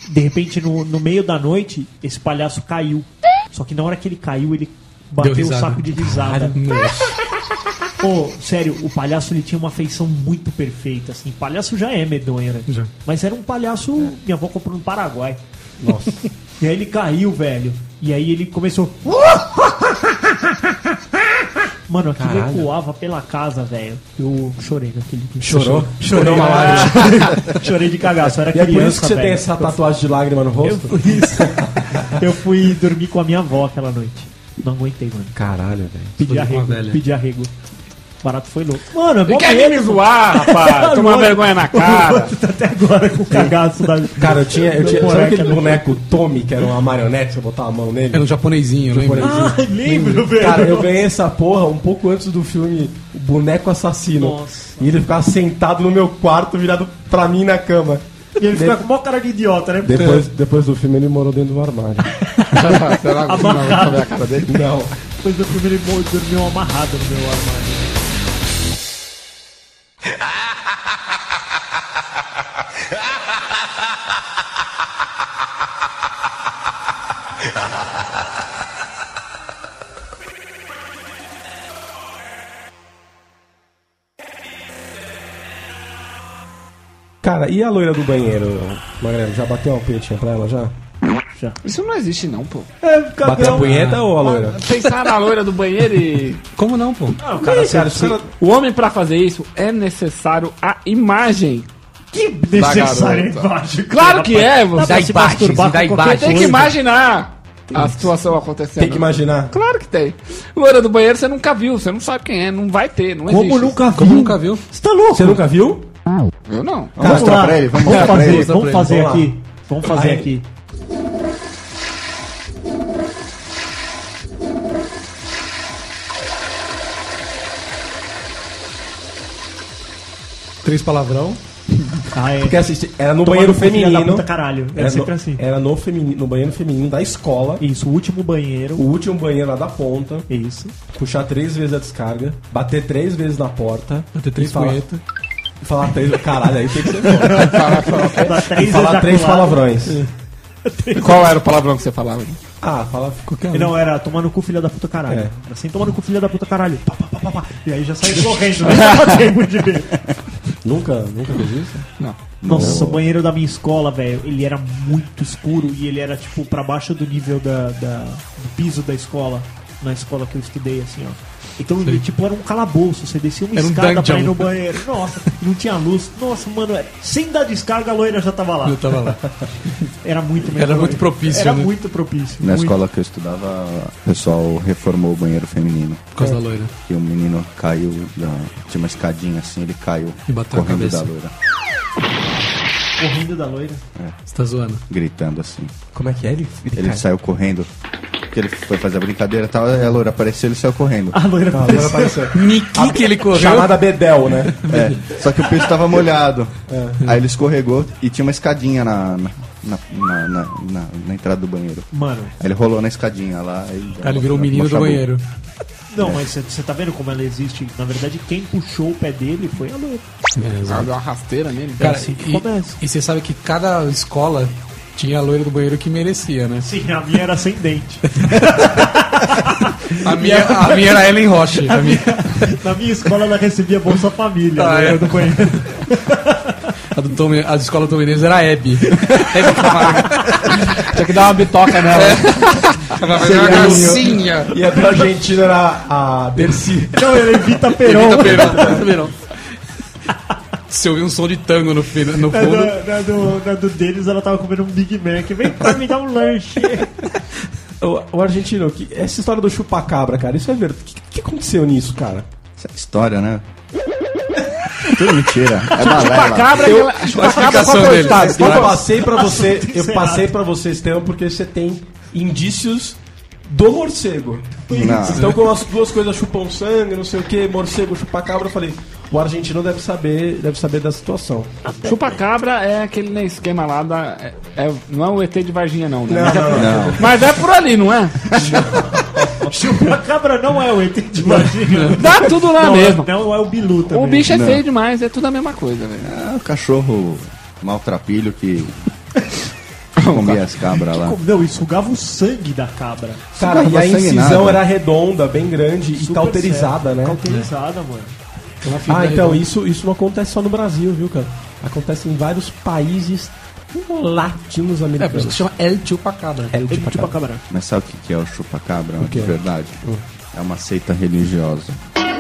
De repente, no, no meio da noite, esse palhaço caiu. Só que na hora que ele caiu, ele bateu o
risada.
saco de
É.
risada.
Nossa.
Pô, sério, o palhaço ele tinha uma feição muito perfeita, assim. Palhaço já é medonho, né?
Já.
Mas era um palhaço, minha avó comprou no Paraguai. Nossa. e aí ele caiu, velho. E aí ele começou. Mano, aquilo
Caralho.
ecoava pela casa, velho. Eu chorei naquele dia.
Chorou?
Chorei,
uma lágrima.
Chorei de cagaço, eu era
E é
criança,
por isso que você
velho.
tem essa tatuagem de lágrima no
Eu
rosto?
fui, eu fui dormir com a minha avó aquela noite. Não aguentei, mano.
Caralho, velho.
Pedi
Dormiu com a
arrego,
velha.
pedi arrego. barato foi louco. Mano, é
Ele
bom
quer vir me zoar, rapaz. Tomar vergonha na cara.
Tá até agora com o cagaço da...
Cara, eu tinha. Eu tinha
Do
sabe aquele
boneco.
boneco Tommy, que era uma marionete, eu botava a mão
Era um
nele?
japonesinho, eu lembro.
Japonesinho.
Ai, lembro, velho.
Cara, eu ganhei essa porra um pouco antes do filme O Boneco Assassino.
Nossa.
E ele ficava sentado no meu quarto, virado pra mim na cama.
E ele fica com o maior cara de idiota, né?
Depois, depois do filme ele morou dentro do armário.
Será
Ah,
que não vai saber a cara dele?
Não.
Depois do primeiro ele mor- dormiu amarrado no meu armário.
Cara, e a loira do banheiro, Magrelo? Já bateu uma punhetinha pra ela já?
Isso não existe, não, pô.
É, cagão.
Bateu a punheta ou a loira?
Pensar na loira do banheiro e.
Como não, pô?
Ah, o cara,
Ih, cara,
se-
esse cara-
O homem, pra fazer isso, é necessário a imagem.
Que necessário
garota.
embaixo.
Claro que é,
Dá
você.
pra se masturbar com qualquer
Você tem que
coisa.
imaginar a situação acontecendo.
Tem que imaginar.
Claro que tem. Loira do banheiro você nunca viu, você não sabe quem é, não vai ter, não existe.
Como nunca viu?
Você tá louco?
Você nunca viu?
Eu não.
Vamos
mostrar
lá.
pra ele, vamos
Vamos
mostrar pra
fazer,
ele.
vamos
Mostra
fazer
pra ele.
aqui. Vamos fazer
Aí.
aqui.
Três palavrão.
Ah, é.
Porque assisti, era no
Tomando
banheiro
com filha da
feminino.
puta, caralho. Era
Era,
sempre
no,
assim.
era no, femini- no banheiro feminino da escola.
Isso, o último banheiro.
O último banheiro lá da ponta.
Isso.
Puxar três vezes a descarga. Bater três vezes na porta.
Bater três
e falar,
punheta.
e falar três. Caralho, aí tem que ser foda.
Dá
E
três
falar três
ejaculados.
palavrões.
É.
Qual era o palavrão que você falava?
Ah, fala.
Qualquer um.
Não, era tomar no cu, filha da puta caralho.
É.
Era assim, tomar no cu, filha da puta caralho. Pá, pá, pá, pá, pá. E aí já saiu correndo, né? Não dá tempo de ver.
Nunca, nunca fez isso?
Não.
Nossa, o banheiro da minha escola, velho, ele era muito escuro e ele era, tipo, pra baixo do nível da, da- do piso da escola, na escola que eu estudei, assim, ó. Então, ele, tipo, era um calabouço, você descia uma
Era um
escada pra
dungeon.
ir no banheiro. Nossa, não tinha luz. Nossa, mano, era- sem dar descarga, a loira já tava lá.
Eu tava lá.
Era muito melhor.
Era muito propício,
Era
né?
muito propício.
Na
muito.
escola que eu estudava, o pessoal reformou o banheiro feminino.
Por causa da loira.
E o menino caiu, da... tinha uma escadinha assim, ele caiu
E bateu a
correndo
cabeça.
da loira,
Correndo da loira.
Você tá zoando.
gritando assim.
Como é que é? Ele,
Ele saiu correndo, porque ele foi fazer a brincadeira e tal, e a loira apareceu, ele saiu correndo.
A loira
Tá.
Ah, agora apareceu.
Niki que ele correu.
Chamada Bedel, né?
É, só que o piso tava molhado. Aí ele escorregou e tinha uma escadinha na, na, na, na- na- na- na entrada do banheiro.
Mano,
Aí ele rolou na escadinha lá. e-
Ah, ele virou o menino do
Machabou.
banheiro. É.
não, mas você tá vendo como ela existe? Na verdade, quem puxou o pé dele foi a loira.
Ela deu uma rasteira nele.
Cara,
assim que
e-
começa.
e, você sabe que cada escola tinha a loira do banheiro que merecia, né?
Sim, a minha era sem dente.
A minha, a minha era Ellen Roche. A minha,
Na minha escola ela recebia Bolsa Família.
Ah,
né?
é?
Eu não conheço.
a, do Tom, a escola do Tom Menezes era a Hebe. Hebe Camargo.
Tinha que dar uma bitoca nela.
Ela era uma gracinha.
E a do argentino era a Dercy.
Não, ele evita Perón.
Então, é Evita Perón, Evita Perón. Se ouvir um som de tango no, fina- no
Na
fundo,
do, na do, na do deles ela tava comendo um Big Mac. Vem pra me dar um lanche.
O, o argentino, que- essa história do chupacabra, cara, isso é verdade. O que, que aconteceu nisso, cara?
Essa história, né? Tudo mentira. É balela.
Chupacabra,
Eu-
aquela- chupacabra
explicação
qual que é o
dele.
estado?
Eu passei pra você, eu
Assunto
passei para você esse tema porque você tem indícios do morcego.
Não.
Então, como as duas coisas chupam sangue, não sei o que, morcego, chupacabra, eu falei, o argentino deve saber, deve saber da situação.
Chupacabra é aquele né, esquema lá da. é- é- não é o ET de Varginha, não, né? Mas é-
Não.
Mas é por ali, não é?
A cabra não é o ET de Varginha.
Dá tudo lá
Não,
mesmo.
não é o Bilu também.
O bicho é
Não.
feio demais, é tudo a mesma coisa, velho.
É o cachorro maltrapilho que comia as cabras lá.
Não, e sugava o sangue da cabra.
Cara,
Não
e a
sangue
incisão
nada.
era redonda, bem grande e
Super
cauterizada,
sério.
né?
Cauterizada, mano.
Ah, então isso, isso não acontece só no Brasil, viu, cara? Acontece em vários países latinos
É, por isso
americanos.
que chama El Chupacabra.
É,
Ele tipo a
tipo,
cabra.
Mas sabe o que que é o chupacabra
quê?
de verdade? É uma seita religiosa.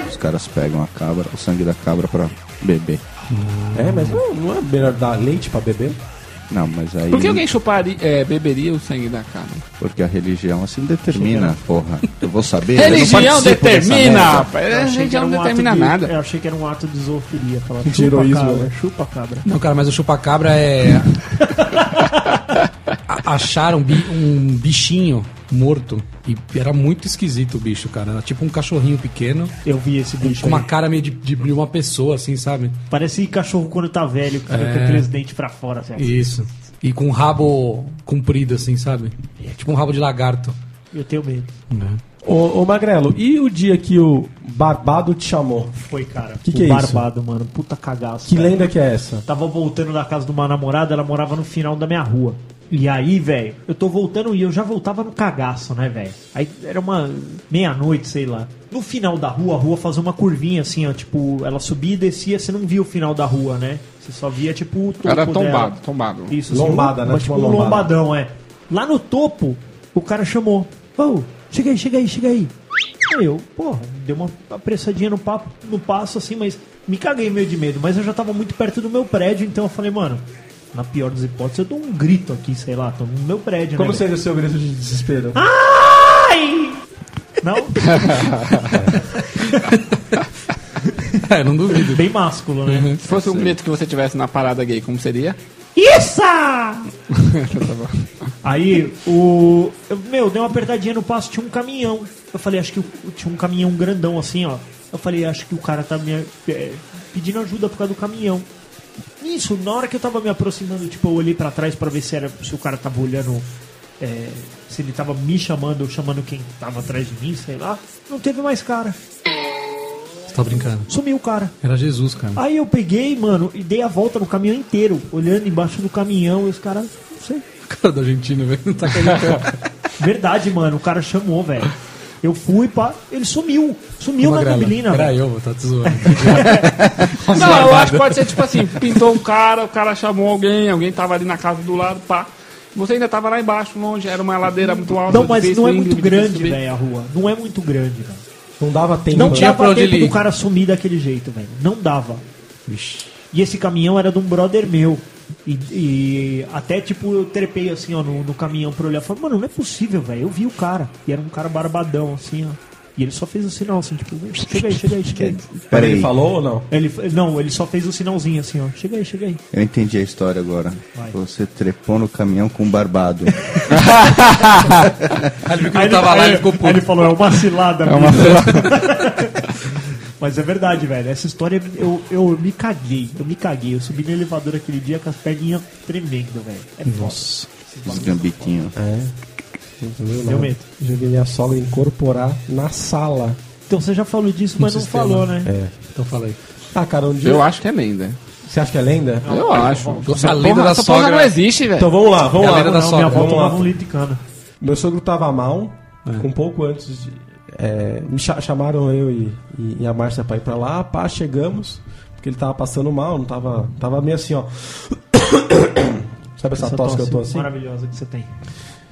Os caras pegam a cabra, o sangue da cabra pra beber.
é, mas não, não é melhor dar leite pra beber?
Não, mas aí.
Por que alguém chuparia, é, beberia o sangue da cabra?
Porque a religião assim determina, porra. Eu vou saber. eu não
Religião
participo dessa
determina,
merda.
rapaz.
Eu achei que era
Religião
um
não
ato
determina
de-
nada.
Eu achei que era um ato de zoofilia. Falar,
De
chupa
heroísmo,
cabra,
né?
chupa cabra.
Não, cara, mas o chupacabra é. A- Acharam bi- um bichinho morto e era muito esquisito o bicho, cara. Era tipo um cachorrinho pequeno
Eu vi esse bicho
com uma
aí.
cara meio de, de de uma pessoa, assim, sabe?
Parece cachorro quando tá velho, que fica com três dentes pra fora. Assim.
Isso. É. E com um rabo comprido, assim, sabe? Tipo um rabo de lagarto.
Eu tenho medo.
Ô, ô Magrelo, e o dia que o Barbado te chamou?
Foi, cara.
Que que é isso?
barbado, mano. Puta cagaço.
Que
cara.
lenda que é essa?
Tava voltando da casa de uma namorada, ela morava no final da minha rua. E aí, velho, eu tô voltando e eu já voltava no cagaço, né, velho? Aí era uma meia-noite, sei lá. No final da rua, a rua fazia uma curvinha assim, ó. Tipo, ela subia e descia, você não via o final da rua, né? Você só via, tipo, o topo
Era
dela.
tombado, tombado.
Isso,
Lombada,
um-
né?
mas
Tipo
tipo
uma
um
lombada.
lombadão, é. Lá no topo, o cara chamou. Ô, chega aí, chega aí, chega aí. Aí eu, porra, deu uma apressadinha no, papo, no passo, assim, mas me caguei meio de medo. Mas eu já tava muito perto do meu prédio, então eu falei, mano, na pior das hipóteses, eu dou um grito aqui, sei lá, tô no meu prédio,
Como
né?
seria
velho?
o seu grito de desespero?
Ai! Não?
É, não duvido.
Bem másculo, né?
Se fosse um grito que você tivesse na parada gay, como seria?
Isso! Aí, o. eu- meu, deu uma apertadinha no passo, tinha um caminhão. Eu falei, acho que o- tinha um caminhão grandão assim, ó. Eu falei, acho que o cara tá me é, pedindo ajuda por causa do caminhão. Isso, na hora que eu tava me aproximando, tipo, eu olhei pra trás pra ver se, era, se o cara tava olhando. é, se ele tava me chamando ou chamando quem tava atrás de mim, sei lá. Não teve mais cara.
Você tá brincando.
Sumiu o cara.
Era Jesus, cara.
Aí eu peguei, mano, e dei a volta no caminhão inteiro, olhando embaixo do caminhão e os caras, não sei.
A cara da Argentina, velho. Não tá caindo.
Verdade, mano, o cara chamou, velho. Eu fui, pá, ele sumiu. Sumiu na neblina,
Era
velho.
eu, vou tá te zoando.
Não, eu acho que pode ser tipo assim, pintou um cara, o cara chamou alguém, alguém tava ali na casa do lado, pá. Você ainda tava lá embaixo, longe, era uma ladeira muito alta.
Não, mas
difícil,
não é
íngreme,
muito
difícil
grande,
subir.
velho, a rua. Não é muito grande, velho.
Não dava tempo.
Não
né?
tinha pra
dava
um onde
tempo
ele ir.
do cara sumir daquele jeito, velho. Não dava. E esse caminhão era de um brother meu. E, e até, tipo, eu trepei assim, ó, no, no caminhão pra olhar. Falei, mano, não é possível, velho. Eu vi o cara. E era um cara barbadão, assim, ó. E ele só fez o sinal, assim, tipo, chega aí, chega aí, chega aí.
Peraí,
Peraí,
ele falou ou não?
Ele, não, ele só fez o sinalzinho, assim, ó. Chega aí, chega aí.
eu entendi a história agora. Você trepou no caminhão com um barbado.
Aí ele viu que
Aí
eu tava lá
aí-
e ficou
aí
puto.
ele falou, é uma cilada. É uma Mas é verdade, velho. Essa história, eu, eu me caguei. Eu me caguei. Eu subi no elevador aquele dia com as perninhas tremendo, velho. É Nossa.
Os gambitinhos.
Deu medo.
Joguei minha sogra incorporar na sala.
Então você já falou disso, mas não
sistema.
falou, né?
Então fala aí.
Ah, cara, um dia.
Eu acho que é lenda.
Você acha que é lenda?
Eu acho.
A lenda
Porra,
da
essa porra
sogra.
não existe, velho.
Então vamos lá, vamos
É a
lá.
lenda da
Não,
sogra.
Minha avó
vamos
tomava
lá.
um litro de cana.
Meu sogro tava mal, um pouco antes de. é, me cha- chamaram eu e, e- e a Márcia pra ir pra lá, pá, chegamos, porque ele tava passando mal, não tava. Tava meio assim, ó. Sabe essa,
Essa
tosse, que eu tô
tosse
assim?
Maravilhosa que você tem.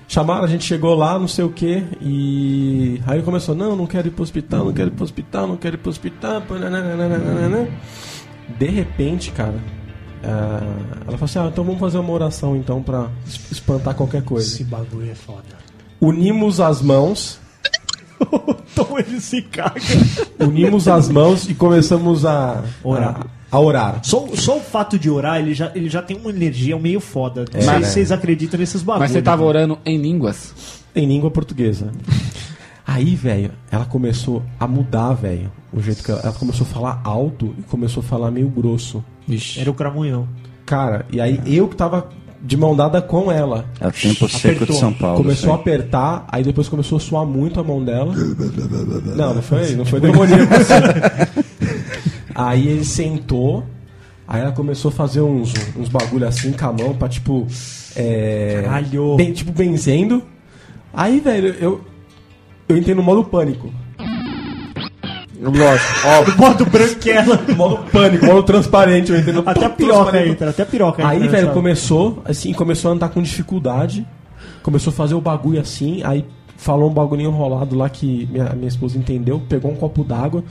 Chamaram, a gente chegou lá, não sei o que, e aí ele começou, não, não quero ir pro hospital, não quero ir pro hospital, não quero ir pro hospital. né, pananananananana. né. De repente, cara, ah, ela falou assim, ah, então vamos fazer uma oração então pra es- espantar qualquer coisa.
Esse bagulho é foda.
Unimos as mãos,
Então ele se caga.
unimos as mãos e começamos a
Orar.
A, a orar.
Só, só o fato de orar, ele já, ele já tem uma energia meio foda. Não sei
né?
se vocês acreditam nesses bagulhos.
Mas você tava orando em línguas?
Em língua portuguesa. Aí, velho, ela começou a mudar, velho, o jeito que ela, ela começou a falar alto e começou a falar meio grosso.
Vixe.
Era o Cramunhão.
Cara, e aí eu que tava de mão dada com ela.
É o tempo seco de São Paulo.
começou a
isso aí.
apertar, aí depois começou a suar muito a mão dela. não, não foi, não foi demoníaco. assim. aí ele sentou, aí ela começou a fazer uns, uns bagulho assim com a mão pra tipo. É,
Caralho.
ben- tipo, benzendo. Aí, velho, eu. Eu entrei no modo pânico.
Lógico, óbvio.
Modo branquela.
No modo pânico, modo transparente, eu entrei no
Até a piroca aí, entra, até a piroca
Aí,
entra
velho,
nessa-
começou, assim, começou a andar com dificuldade. Começou a fazer o bagulho assim, aí falou um bagulhinho enrolado lá que minha, minha esposa entendeu, pegou um copo d'água,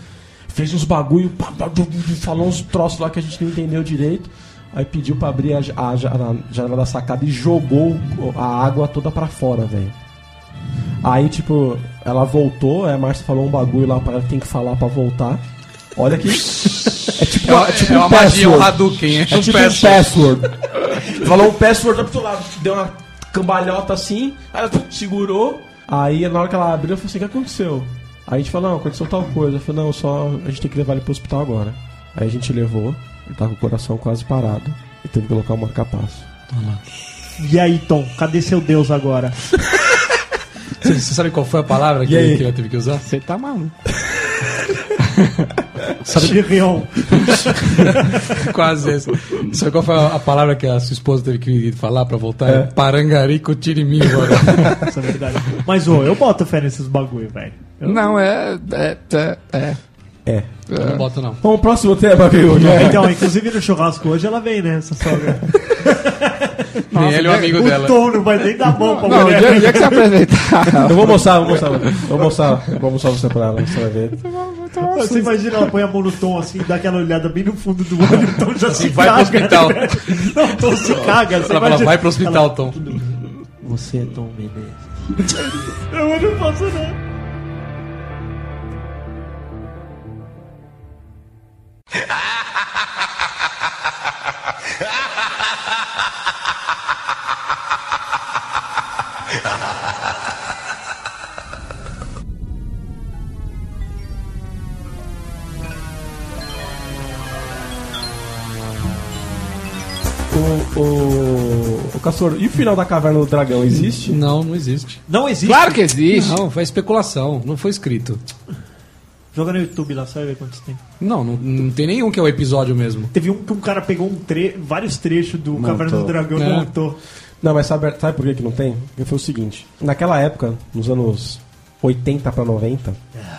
fez uns bagulho, pá, pá, du, du, du, falou uns troços lá que a gente não entendeu direito. Aí pediu pra abrir a, ja- a ja- a janela da sacada e jogou o- a água toda pra fora, velho. Aí, tipo, ela voltou, aí a Márcia falou um bagulho lá pra ela tem que falar pra voltar. Olha aqui. É tipo,
É uma, é uma magia, um
password.
Hadouken. É
É tipo um
peça.
password. Falou um password lá pro outro lado. Deu uma cambalhota assim, aí ela pum, segurou. Aí na hora que ela abriu, eu falei assim, o que aconteceu? Aí a gente falou, não, aconteceu tal coisa. Eu falei, não, só a gente tem que levar ele pro hospital agora. Aí a gente levou, ele tava com o coração quase parado. E teve que colocar um marcapasso.
E aí, Tom, cadê seu Deus agora?
Você, você sabe qual foi a palavra
E
que,
aí?
que ela teve que usar?
Você tá maluco.
Chirion.
Quase essa. Sabe qual foi a, a palavra que a sua esposa teve que falar pra voltar? É. Parangarico tirimim agora.
Essa é verdade. Mas, ô, eu boto fé nesses bagulho, velho. Eu-
Não, é. É. é, é.
É.
Eu não boto, não.
Bom, o próximo tema, viu?
É.
Então, inclusive no churrasco hoje ela vem, né? Essa sogra.
Nem ele é um amigo
O
dela.
Tom não vai nem dar mão pra
Não, o
mulher.
dia, o dia que você apresentar.
Eu vou mostrar, vou mostrar. Vou mostrar, vou mostrar você pra ela, você vai ver.
Você imagina ela põe a mão no Tom assim, dá aquela olhada bem no fundo do olho, o Tom já se
vai pro
caga.
hospital.
Não, o Tom se caga. Você
Ela fala, vai pro hospital, Tom.
Você é Tom Menezes. eu não faço nada.
O, o, o Castor, e o final da Caverna do Dragão existe?
Não, não existe.
Não existe.
Claro que existe.
Não, foi especulação, não foi escrito.
Joga no YouTube lá, só vai ver quantos tem.
Não, não, não tem nenhum que é o episódio mesmo.
Teve um que um cara pegou um tre vários trechos do Caverna do Dragão e
É.
montou.
Não, mas sabe, sabe por que, que não tem? Porque foi o seguinte: naquela época, nos anos 80 pra 90,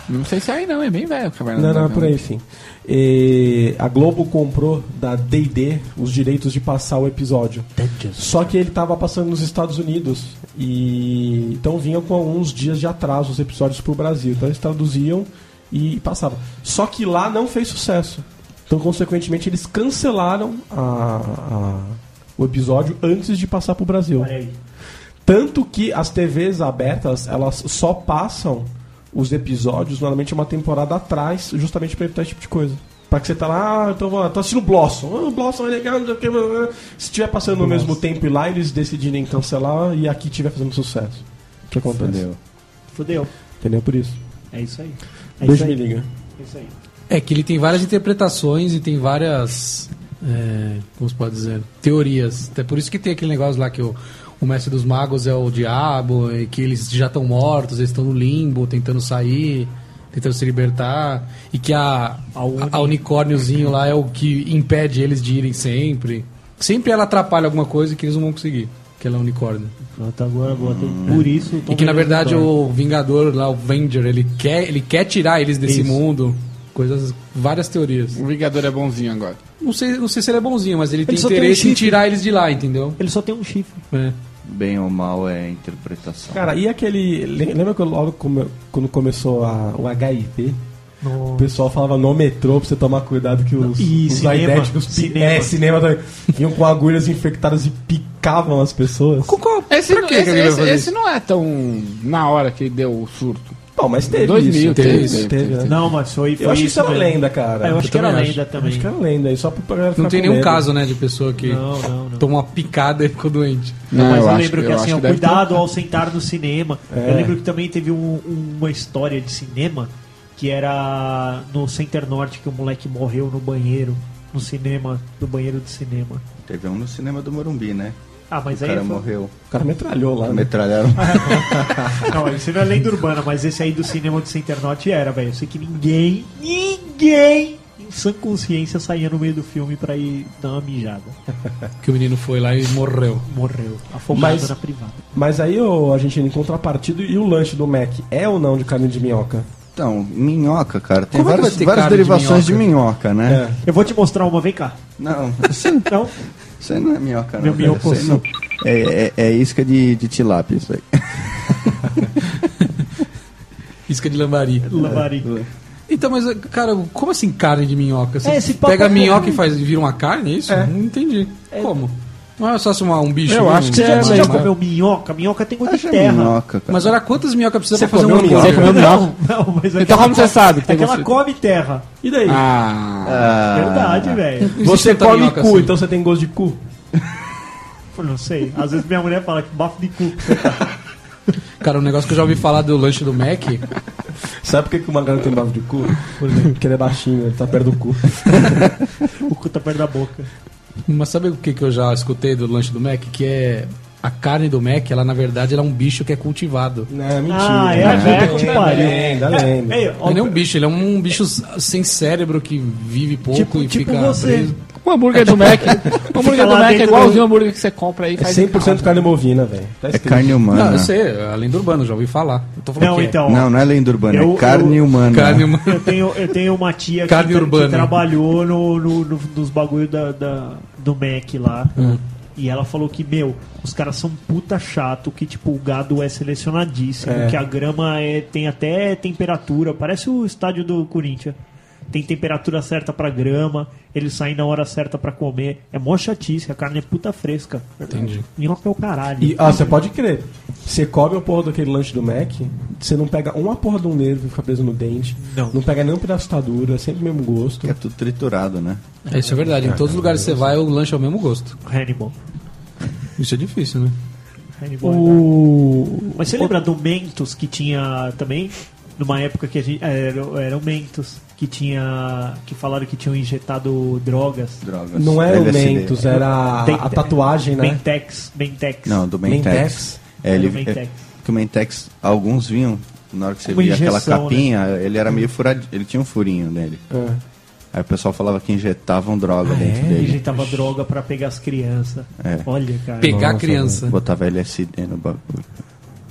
Não sei se é aí não, é bem velho. Caverna do
não, não, é
Dragão.
por aí, enfim. E a Globo comprou da DD os direitos de passar o episódio. Só que ele tava passando nos Estados Unidos. E então vinham com alguns dias de atraso os episódios pro Brasil. Então eles traduziam e passavam. Só que lá não fez sucesso. Então, consequentemente, eles cancelaram a- a- o episódio antes de passar pro Brasil.
Olha aí.
Tanto que as TVs abertas, elas só passam os episódios, normalmente uma temporada atrás, justamente pra evitar esse tipo de coisa. Pra que você tá lá, ah, então, ó, tô assistindo Blossom. Ah, o Blossom é legal, não sei o que. blá, blá, blá. Se tiver passando no mesmo tempo e lá, eles decidirem cancelar e aqui tiver fazendo sucesso. O que acontece? Entendeu?
Fudeu.
Por isso.
É isso aí. É
Beijo,
isso
me
aí.
liga.
É isso aí.
É que ele tem várias interpretações e tem várias. é, como se pode dizer? Teorias. É por isso que tem aquele negócio lá que o, o mestre dos magos é o diabo, e que eles já estão mortos, eles estão no limbo, tentando sair, tentando se libertar, e que a, a, a unicórniozinho lá é o que impede eles de irem sempre. Sempre ela atrapalha alguma coisa que eles não vão conseguir, que ela é unicórnio.
Pronto, agora eu botei. Por isso o Tom
E que na
Menezes
verdade
adora.
o Vingador lá, o Venger, ele quer, ele quer tirar eles desse
Isso.
mundo. Coisas, várias teorias.
O Vingador é bonzinho agora.
Não sei, não sei se ele é bonzinho, mas ele, tem
só tem
interesse
um
em
chifre.
tirar eles de lá, entendeu?
Ele só tem um chifre.
É.
Bem ou mal é interpretação.
Cara, e aquele. lem- Lembra que logo come- quando começou a- o HIV? O pessoal falava no metrô pra você tomar cuidado que os,
E
os
cinema,
aidéticos pi-
cinema.
É, cinema também. Vinham com agulhas infectadas e picavam as pessoas.
Esse,
Pra
não-
que
esse,
que alguém vai
esse-
fazer
esse não é tão na hora que deu o surto.
Bom, mas teve
2000
isso.
teve,
isso,
teve,
teve, né?
Não, mas foi, foi
Eu acho que isso
isso
é uma
mesmo.
lenda, cara.
É, eu acho que era
também
lenda também.
Acho que é uma lenda. aí Só pra pra galera
Não
ficar
tem
com
nenhum
medo.
caso, né, de pessoa que
Tá Não, não, não.
tomou uma picada e ficou doente.
Não, mas eu,
acho-
lembro que
eu
assim,
acho
ó,
deve ter-
cuidado ao sentar no cinema.
É.
Eu lembro que também teve um- uma história de cinema que era no Center Norte que o moleque morreu no banheiro, no cinema, no banheiro de cinema.
Teve um no cinema do Morumbi, né?
Ah, mas
o
aí
cara
foi-
morreu.
O cara metralhou lá. Né?
Metralharam.
Não, isso não é lenda urbana, mas esse aí do cinema do Center Norte era, velho. Eu sei que ninguém, ninguém em sã consciência saía no meio do filme pra ir dar uma mijada.
Que o menino foi lá e morreu.
Morreu, afogado
Mas-
na privada.
Mas aí ô, a gente encontra a partida e o lanche do Mac é ou não de carne de minhoca?
Então, minhoca, cara. Tem
Como é que
várias,
vai ter
várias
cara de
derivações de minhoca, né?
Eu vou te mostrar uma, vem cá.
Não, isso,
Então,
isso aí não é minhoca, não.
Meu
velho.
minhoco-
Isso aí não- É, é, é isca de, de tilápia, isso aí.
Isca de lambari.
Lambari.
Então, mas, cara, como assim carne de minhoca? Você
É, esse papo
pega a
é-
minhoca e faz, vira uma carne, é isso? Não entendi. Como? Não era só assim, uma- um bicho.
Eu
um-
acho que
um-
Você já,
é,
um-
você já
mas-
comeu minhoca? Minhoca tem gosto de
Acho é
terra.
minhoca, cara.
Mas olha quantas minhocas precisa
Você
pra fazer um
comeu
hambúrguer.
minhoca?
Você comeu minhoca?
Não, mas é que
Então
ela
como você
come-
sabe que
É
tem
que ela
gosto?
come terra. É
E daí?
Ah,
Verdade, velho.
Não existe
você
tanta
come cu,
minhoca assim.
então você tem gosto de cu?
Eu não sei. Às vezes minha mulher fala que é bafo de cu.
então.
Cara, um negócio que eu já ouvi falar do lanche do Mac.
Sabe por que, que o magrelo tem bafo de cu? Por exemplo, Porque ele é baixinho, ele tá perto do cu.
O cu tá perto da boca.
Mas sabe o que, que eu já escutei do lanche do Mac? Que é. A carne do Mac, ela na verdade ela é um bicho que é cultivado.
Não, mentira.
Ah, é a
Puta
velha que pariu.
Lenda, lenda.
É, ó,
Não é nem um bicho, ele é um bicho s- sem cérebro que vive pouco
tipo,
e
tipo
fica.
você.
preso.
o Um hambúrguer do Mac. O hambúrguer
lá
do Mac é
dentro
igualzinho
do-
o hambúrguer que você compra aí e
É
faz em
100%
casa.
carne bovina, velho. Tá
É
escrito.
carne humana.
Não, eu sei, é além do urbano, já ouvi falar. Eu tô falando
Não,
que é.
então.
Não, não é lenda urbana,
Eu-
é carne
eu-
humana.
Carne hum- humana.
Eu tenho, eu tenho uma tia que,
Carne
tra-
urbana.
que trabalhou no, no- no- nos bagulho da, da- do Mac lá.
Hum.
E ela falou que, meu, os caras são puta chato, que tipo, o gado é selecionadíssimo, que a grama é- tem até temperatura, parece o estádio do Corinthians. Tem temperatura certa pra grama, eles saem na hora certa pra comer. É mó chatice, a carne é puta fresca.
Entendi.
Minhoca é o caralho.
E, ah, você pode crer. Você come a porra daquele lanche do Mac, você não pega uma porra de um nervo que fica preso no dente.
Não.
Não pega nenhum pedaço de dura, é sempre o mesmo gosto.
É tudo triturado, né?
É, Isso é verdade. Em todos os lugares que você vai, o lanche é o mesmo gosto.
Hannibal.
Isso é difícil, né?
Hannibal é
O...
Mas você lembra do Mentos que tinha também? Numa época que a gente. é, Era, era o Mentos que tinha. que falaram que tinham injetado drogas.
Drogas.
Não era o
LSD.
Mentos,
é
era a, a tatuagem, né?
Mentex, Mentex.
Não, do Mentex.
Mentex.
É, ele,
Era o Mentex.
é, que o Mentex, alguns vinham, na hora que você
Uma
via
injeção,
aquela capinha, ele era meio furadinho, ele tinha um furinho nele.
É.
Aí o pessoal falava que injetavam droga dentro dele.
Injetava droga pra pegar as crianças.
É.
Olha, cara.
Pegar a criança.
Botava LSD no bagulho.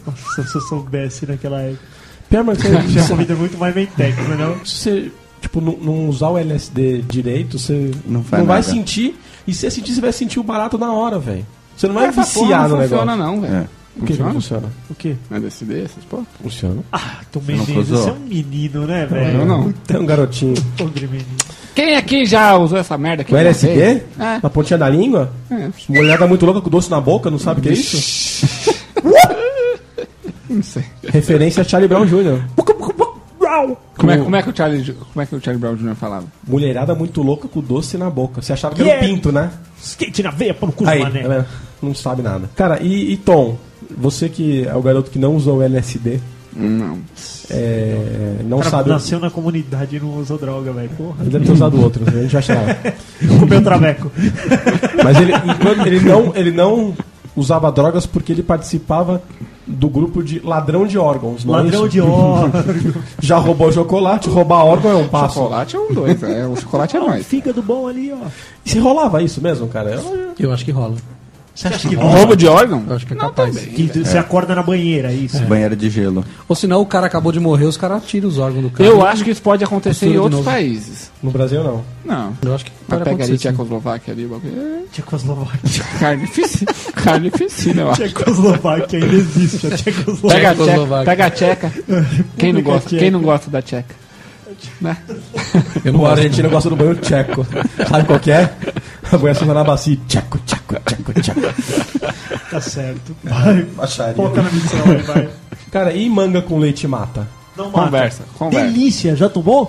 Nossa, se eu soubesse naquela época.
Pior, mas você,
Eu tinha comido muito mais Mentex, né? Não?
se você tipo, não, não usar o LSD direito, você não,
Não faz
vai
nada.
sentir. E se você sentir, você vai sentir o barato na hora, velho. Você não vai
Essa porra
viciar
não
no
funciona,
negócio.
não, velho.
É.
Por que que não
Funciona?
funciona?
O quê?
Não é desse dessas, pô?
Funciona.
Ah, tu
nunca
Menezes,
usou?
você é um menino, né, velho?
Eu não.
Tem um garotinho.
Pobre menino.
Quem aqui já usou essa merda aqui?
O
uma
LSD?
vez? É.
Na pontinha da língua?
É.
Mulherada muito louca com doce na boca, não sabe o que é isso?
Não sei.
Referência a Charlie Brown Jr.
Como é, como é que o Charlie, como é que o Charlie Brown Jr. falava?
Mulherada muito louca com doce na boca. Você achava que era
é?
Yeah.
um pinto, né?
Skate na veia, pô, no cu do
Aí,
mané.
tá vendo? não sabe nada. Cara, e, e Tom? Você que é o garoto que não usou o LSD,
Não.
é, não
Cara,
sabe.
nasceu na comunidade e não usou droga, velho. Porra.
Ele deve ter usado outro, a gente vai chegar.
Comeu traveco.
Mas ele, enquanto- ele, não, ele não usava drogas porque ele participava do grupo de ladrão de órgãos. não é
Ladrão
isso?
de ó.
Já roubou chocolate, roubar órgão é um passo.
Chocolate é um dois, é, o chocolate é
Ah,
mais.
fígado bom ali, ó.
E se rolava isso mesmo, cara? Eu-
Eu acho que rola.
Você acha que rola?
Roubo de órgão?
Eu acho que é capaz.
Que você acorda na banheira, é isso.
Banheiro de gelo.
Ou senão o cara acabou de morrer, os caras tiram os órgãos do cara.
Eu acho que isso pode acontecer
Costura
em
de
outros
novo.
países.
No Brasil, não.
Não.
Eu acho que
Mas
pode
pega
acontecer.
ali
sim.
Tchecoslováquia ali, o bagulho.
Tchecoslováquia.
é Carnificina. Carnificina, eu acho.
Tchecoslováquia ainda existe. A Tchecoslováquia.
Pega a tcheca.
Tchecoslováquia.
Pega a tcheca. Quem não gosta?
Tcheca.
Quem não gosta da tcheca? Né?
Eu não
O
gosto.
argentino gosta do banho tcheco. Sabe qual que é? A mulher senta na bacia e tcheco, tcheco, tcheco, tcheco.
Tá certo. Vai. Foca na missão aí, vai.
Cara, e manga com leite mata?
Não mata.
Conversa, conversa.
Delícia. Já tomou?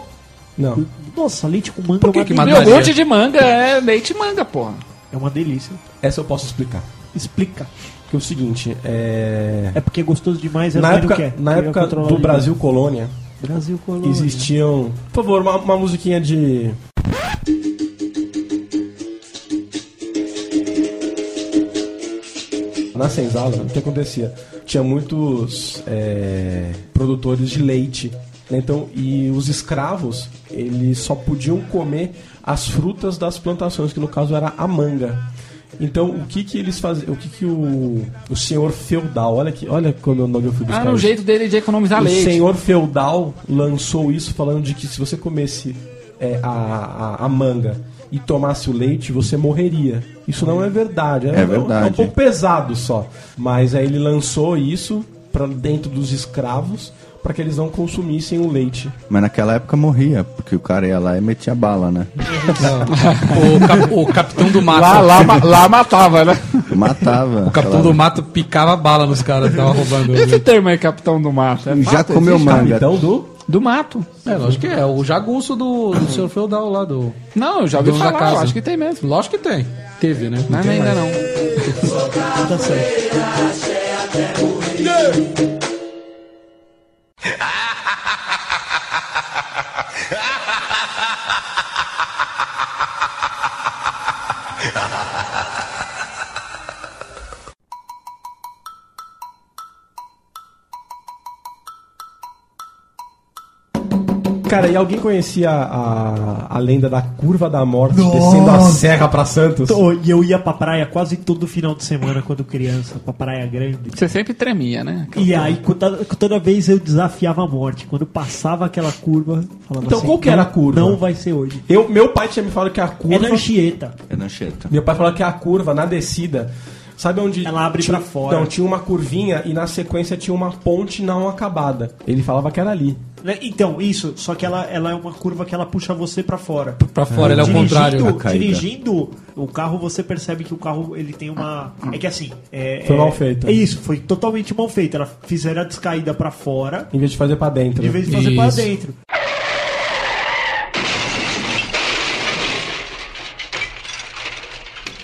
Hum.
Não.
Nossa, leite com manga
Por que
é uma
que
delícia.
Meu
Madaria.
monte de manga é leite e manga, porra.
É uma delícia.
Essa eu posso explicar.
Explica.
Porque é o seguinte, é...
É porque é gostoso demais. é
Na
assim, não
época,
quer.
na
Queria
época
controlar né?
do
o
Brasil Colônia,
limite. Brasil colônia.
existiam... Por favor, uma, uma musiquinha de... Na senzala, o que acontecia? Tinha muitos é, produtores de leite. né? Então, e os escravos, eles só podiam comer as frutas das plantações, que no caso era a manga. Então, o que que eles faziam? O que que o, o senhor feudal, olha que, olha como eu não eu fui buscar.
Ah, no
isso.
jeito dele de economizar
o
leite.
senhor feudal lançou isso falando de que se você comesse é, a, a, a manga e tomasse o leite, você morreria. Isso não é verdade.
É
um-
verdade.
um pouco pesado só. Mas aí ele lançou isso para dentro dos escravos pra que eles não consumissem o leite.
Mas naquela época morria, porque o cara ia lá e metia bala, né?
O, cap- o capitão do mato.
Lá, lá, ma- lá matava, né?
Matava.
O capitão do mato picava bala nos caras que tava roubando.
Esse termo aí, capitão do mato. É
Já comeu manga.
Capitão do.
do mato.
É, lógico que é. O jagunço do, do senhor feudal lá do.
Não, eu já ouvi
Dono da
falar, eu
casa.
acho que tem mesmo.
Lógico que tem. Teve, né?
Mas ainda não. é
Tá certo.
Cara, e alguém conhecia a, a lenda da curva da morte descendo a
Nossa.
serra pra Santos?
Tô- E eu ia pra praia quase todo final de semana quando criança, pra praia grande.
Você sempre tremia, né?
E aí, co- toda, toda vez eu desafiava a morte. Quando passava aquela curva, falava
Então,
assim,
qual que era
"Não-
a curva?"
Não vai ser hoje.
Eu, meu pai tinha me falado que a
É
curva.
na Anchieta.
É nancheta.
Meu pai falou que a curva na descida, sabe onde.
Ela abre
tinha,
pra fora.
Não, tinha uma curvinha e na sequência tinha uma ponte não acabada. Ele falava que era ali.
Né? Então, isso. Só que ela, ela é uma curva que ela puxa você pra fora.
Pra fora, ele é o
Dirigindo-
contrário.
A caída.
Dirigindo o carro, você percebe que o carro ele tem uma. É que assim. é-
Foi
é-
mal feito.
É isso, foi totalmente mal feito. Ela fizeram a descaída pra fora,
Em vez de fazer pra dentro.
em vez de fazer pra
Isso.
dentro.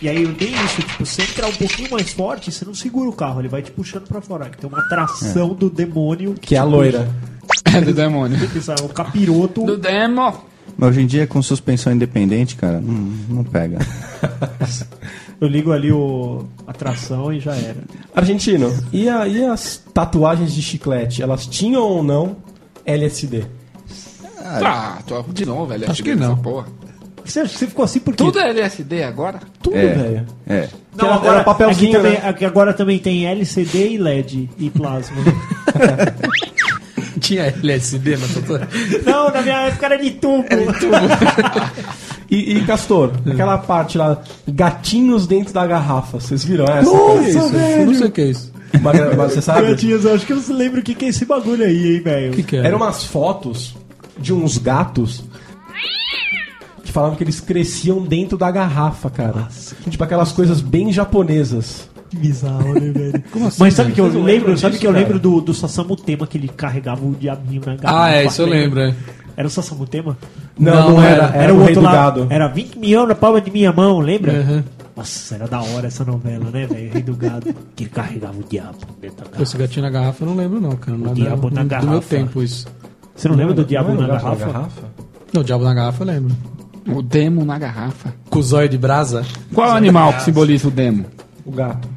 E aí não tem isso, tipo, se entrar um pouquinho mais forte, você não segura o carro, ele vai te puxando pra fora. Tem uma atração do demônio.
Que é a
te
loira.
É do demônio.
puxa. Isso, é um capiroto.
Do demo.
Mas hoje em dia, com suspensão independente, cara, não, não pega.
Eu ligo ali o atração e já era.
Argentino, e, a, e as tatuagens de chiclete? Elas tinham ou não LSD?
Tá, tô de novo, velho.
Acho que não.
Porra.
Você acha que você ficou assim por quê?
Tudo é LSD agora?
Tudo,
é,
velho.
É.
Que era- era papelzinho,
aqui também,
né?
aqui agora também tem LCD e LED e plasma.
Tinha LSD na
Tá
tatuagem.
não, na minha época era de tubo.
E, e, Castor,
É.
aquela parte lá, gatinhos dentro da garrafa. Vocês viram essa?
Isso, eu não sei o que é isso.
Mas, mas você sabe?
Gatinhas, acho que eu não lembro o que, que é esse bagulho aí, hein, velho.
O que, que é?
Eram umas fotos de uns gatos que falavam que eles cresciam dentro da garrafa, cara. tipo aquelas coisas bem japonesas.
Que bizarro, né, velho? Mas sabe que eu
é Vocês não
lembro?
lembram
Sabe
disso,
que eu
cara?
lembro do, do Sassamutema que ele carregava o diabinho na garrafa?
Ah, é, isso eu lembro, é.
Era o Sassamutema?
Não, era-
Era, o rei do gado.
Era 20 milhões na palma de minha mão, lembra? Nossa, era da hora essa novela, né, velho? Rei do gado. Que ele carregava o diabo dentro da garrafa.
Esse gatinho na garrafa eu não lembro, não, cara. Nada
diabo na
do
garrafa.
meu tempo isso.
Você não lembra do
Não
diabo
era
na
o gato
garrafa?
Não, o diabo na garrafa eu lembro.
O demo na garrafa.
Cusóio de brasa?
Qual é o animal que simboliza o demo?
O gato.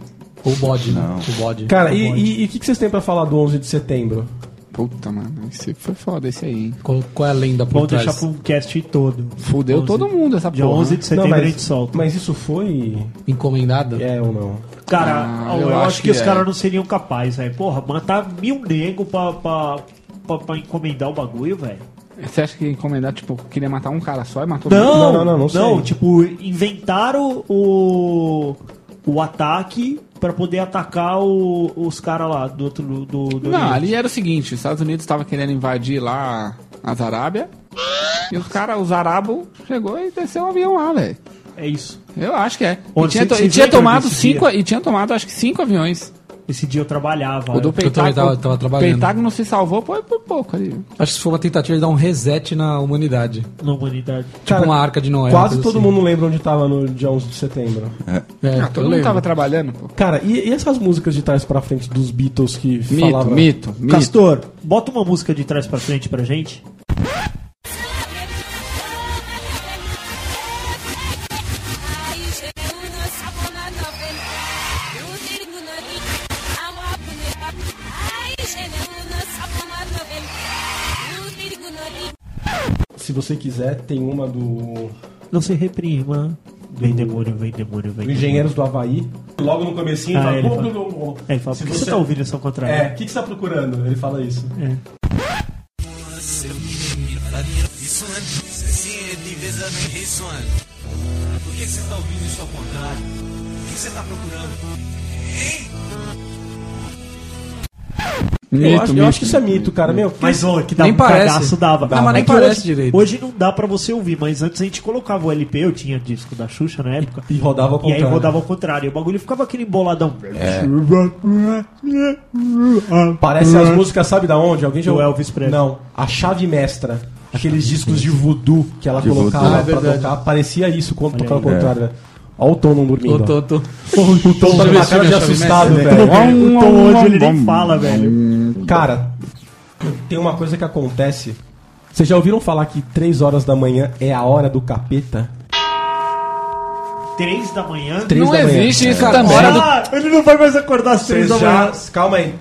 Ou bode, não. O bode.
Cara, e- e e o que, que vocês têm pra falar do 11 de setembro?
Puta, mano, esse foi foda esse aí, hein?
Qual, qual é a lenda por
Vamos
trás?
deixar pro cast todo.
Fudeu
11.
todo mundo essa porra.
Dia 11 de setembro a gente solta.
mas isso foi.
Encomendada?
É ou não?
Cara,
Ah,
eu,
eu
acho,
acho
que,
que
os
é.
caras não seriam capazes, velho. Porra, matar mil nego pra, pra, pra, pra encomendar o bagulho, velho.
Você acha que encomendar, tipo, queria matar um cara só e matou
Não,
Não, não, não, não sei.
tipo, inventaram o, o ataque pra poder atacar o- os caras lá do outro... Do, do- do
Não,
Oriente.
ali era o seguinte, os Estados Unidos estavam querendo invadir lá as Arábia. E os caras, os arabos, chegou e desceu o avião lá, velho.
É isso.
Eu acho que é.
Onde
e tinha,
você-
to-
você
e tinha
lembra
tomado
desse
cinco, e tinha tomado acho que cinco aviões.
Esse dia eu trabalhava.
o do
eu-
também
Pentágono.
tava- tava trabalhando.
Pentágono se salvou por, por pouco ali.
Acho que isso foi uma tentativa de dar um reset na humanidade. Tipo
na humanidade.
Cara,
uma arca de Noé.
Quase
uma coisa
todo
assim.
mundo lembra onde tava no dia 11 de setembro.
É,
Ah,
eu
todo mundo
lembro.
tava trabalhando, pô.
Cara, e, e essas músicas de trás pra frente dos Beatles que
Mito,
falavam.
mito, mito.
Castor, bota uma música de trás pra frente pra gente.
Se você quiser, tem uma do,
Não se reprima. Vem demônio, vem demônio, vem
do
demônio.
Engenheiros do Havaí. Logo no comecinho,
Ah,
fala,
ele
"Bom,
fala-
bom, bom, bom."
É, ele fala,
Se
por que você tá ouvindo É. essa contrária?
É, o que, que você tá procurando? Ele fala isso. eu, acho, eu acho que isso é mito, cara. Meu, porque-
Mas ô, que dava
Nem
um
parece.
cagaço, dava.
Ah, mas nem
É que
parece
hoje,
direito.
Hoje não dá pra você ouvir, mas antes a gente colocava o LP, eu tinha disco da Xuxa na época.
E rodava ao
E aí
contrário.
rodava ao contrário. E o bagulho ficava aquele emboladão.
É Parece as músicas, sabe da onde? Alguém já
Hum. Do Elvis Presley.
Não, a chave mestra. Aqueles discos de voodoo que ela colocava
Ah, é
pra tocar. Parecia isso quando tocava ao contrário. né? Olha o Tom não dormindo. ó.
tô.
O Tom tá com uma cara de assustado,
É,
velho.
O Tom hoje ele nem fala, velho.
Cara, tem uma coisa que acontece. Vocês já ouviram falar que 3 horas da manhã é a hora do capeta?
Três da manhã.
3
Não
da manhã.
existe isso também.
Ah, ele não vai mais acordar às três
Vocês
da
já.
manhã.
Calma aí.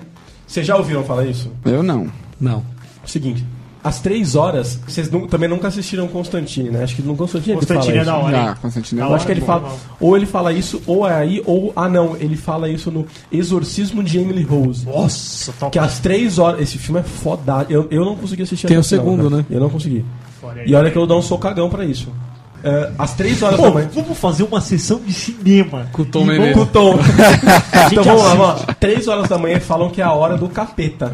Vocês já ouviram falar isso?
Eu não.
Não.
Seguinte. Às 3 horas, vocês nu- também nunca assistiram Constantine, né? Acho que no Constantine,
Constantino
ele
é
fala
da
isso.
hora.
Já,
Ah,
hein?
Constantino.
Da
Eu acho que ele
bom,
fala.
bom.
Ou ele fala isso, ou é aí, ou. Ah, não. Ele fala isso no Exorcismo de Emily Rose.
Nossa, top.
Que às três horas. Esse filme é foda. Eu, eu não consegui assistir
Tem
até
o segundo,
final, cara.
né?
Eu não consegui.
Olha aí.
E olha que eu dou um socagão pra isso. É, às três horas
Pô,
da manhã.
vamos fazer uma sessão de cinema.
Com o Tom
E vamos-
Menezes.
Tom.
A gente
então vamos lá,
assiste.
vamos lá. Três horas da manhã falam que é a hora do capeta.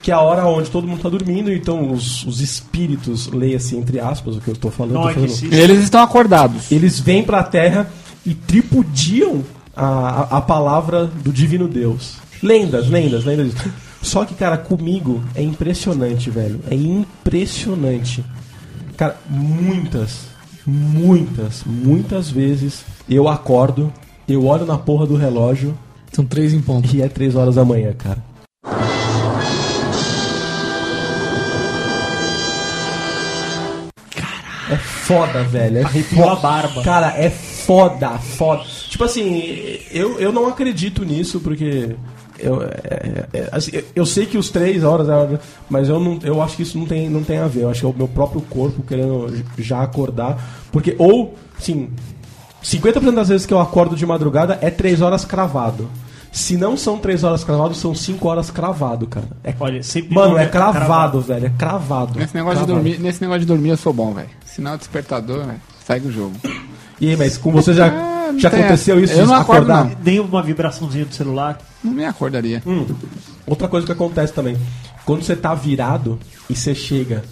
Que é a hora onde todo mundo tá dormindo, então os, os espíritos, leia-se entre aspas o que eu tô falando. eu tô falando-
Nós, isso.
Eles estão acordados.
eles vêm pra terra e tripudiam a, a, a palavra do divino Deus. Lendas, lendas, lendas. Só que, cara, comigo é impressionante, velho. É impressionante. Cara, muitas, muitas, muitas vezes eu acordo, eu olho na porra do relógio
São três em ponto.
e é três horas da manhã, cara. É foda, velho. É
Arrepiou
fo-
a barba.
Cara, é foda, foda. Tipo assim, eu, eu não acredito nisso, porque. Eu, é- é- assim, eu- eu sei que os três horas, é- mas eu, não, eu acho que isso não tem, não tem a ver. Eu acho que é o meu próprio corpo querendo já acordar. Porque, ou, assim, 50% das vezes que eu acordo de madrugada é 3 horas cravado. Se não são 3 horas cravado, são 5 horas cravado, cara. É-
Olha, sempre né?
mano,
não
é cravado, velho. É cravado.
Nesse negócio, de
Cravado.
dormir, nesse negócio de dormir eu sou bom, velho. Sinal despertador, velho. Segue o jogo.
E aí, mas com você já,
Ah, não
já
tem
aconteceu
essa.
isso?
Eu
de
não acordo,
acordar?
não.
Nem uma vibraçãozinha do celular.
Não me acordaria.
Outra coisa que acontece também. Quando você tá virado e você chega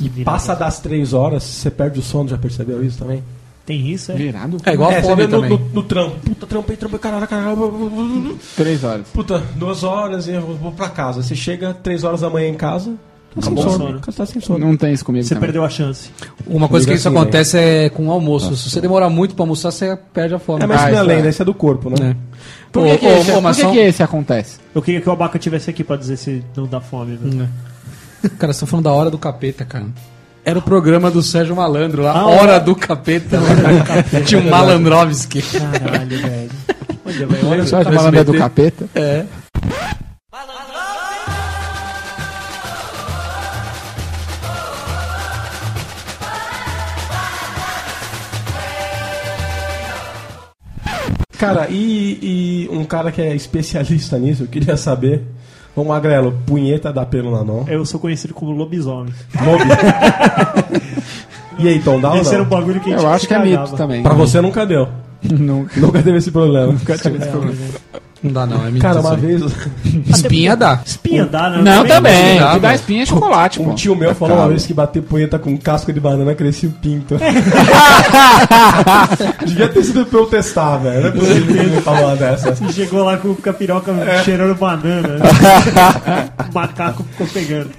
e
Virado.
passa das 3 horas, você perde o sono. Já percebeu isso também?
Tem isso, é?
Virado?
É igual a
você
fome
vê no,
também.
no, no trampo. Puta, trampei, trampei, caralho, caralho.
Três horas.
Puta, duas horas e eu vou pra casa. Você chega três horas da manhã em casa, tá sem
Acabou o
sono.
sono.
Tá sem sono.
Não tem isso comigo
Você
também.
perdeu a chance.
Uma coisa
Liga
que isso
assim,
acontece é com o almoço. Se você demora muito pra almoçar, você perde a fome.
É, mas
Ah,
isso não é
isso é.
lenda, isso é do corpo, né?
É.
Por
Ô,
que, que,
ô,
esse, é-
ô,
por
mas
que,
são-
é-
que esse acontece?
Eu queria que o Abaca tivesse aqui pra dizer se não dá fome, velho.
Cara, vocês estão falando da Hora do Capeta, cara. Era o programa do Sérgio Malandro lá,
Ah,
Hora do Capeta. Tinha um Malandrovski. Tá
Caralho, velho. Olha, velho, olha
Só de malandro é do capeta.
É. É.
Cara, e, e um cara que é especialista nisso, eu queria saber. Ô Magrelo, punheta dá pelo na mão.
Eu sou conhecido como lobisomem.
Mob. e aí, Tom, dá ou
Esse era um
não?
bagulho que a gente
Eu acho que é mito
cagava.
também.
Pra você nunca deu.
Nunca.
Nunca teve esse problema.
Não dá não, é mentira.
Cara, uma
isso aí.
vez
Espinha dá.
Espinha dá, né?
Não, também.
não dá,
O que dá
velho.
espinha é chocolate,
um
pô.
tio meu falou uma
caro.
vez que bater punheta com casca de banana crescia o pinto. Devia ter sido pra eu testar, velho. Não é possível que ele me falou uma dessa.
E Chegou lá com a piroca cheirando banana. o macaco ficou pegando.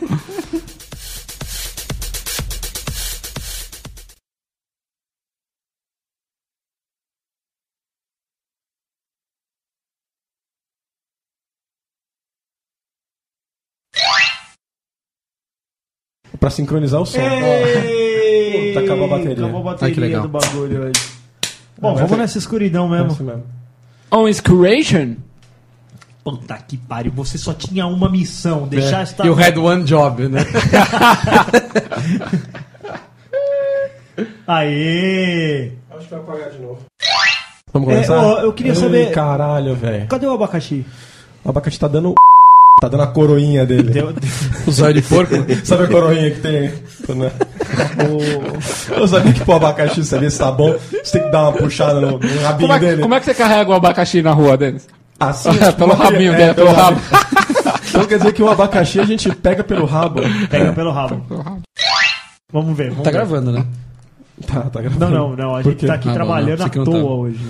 Pra sincronizar o som.
Ei!
Puta, acabou a bateria.
Acabou a
Ai, que
bateria
legal.
do bagulho hoje. Bom,
vai
vamos
ter-
nessa escuridão
Ó, é
mesmo.
isso mesmo.
On Inspiration?
Puta que pariu, você só tinha uma missão, deixar esta...
E o Red One Job, né?
Aê!
Acho que vai apagar de novo. Vamos
É,
começar?
ó, eu queria
Ih,
saber-
Caralho, velho.
Cadê o abacaxi?
O abacaxi tá dando. Tá dando a coroinha dele.
O zóio de porco.
Sabe a coroinha que tem? né? O... Eu sabia que pôr abacaxi, sabia se tá bom. Você tem que dar uma puxada no, no rabinho
Como é, que-
dele.
como é que você carrega o abacaxi na rua, Denis?
Assim,
pelo rabinho dele, pelo rabo.
Então quer dizer que o abacaxi a gente pega pelo rabo.
Pega pelo rabo. Vamos ver. Vamos
É. Tá
ver.
gravando, né?
Tá, tá gravando.
Ah, Não, não, não. A
Por
gente
quê?
tá aqui
Ah, bom, não,
trabalhando
pensei
à
que não
toa
tava.
hoje.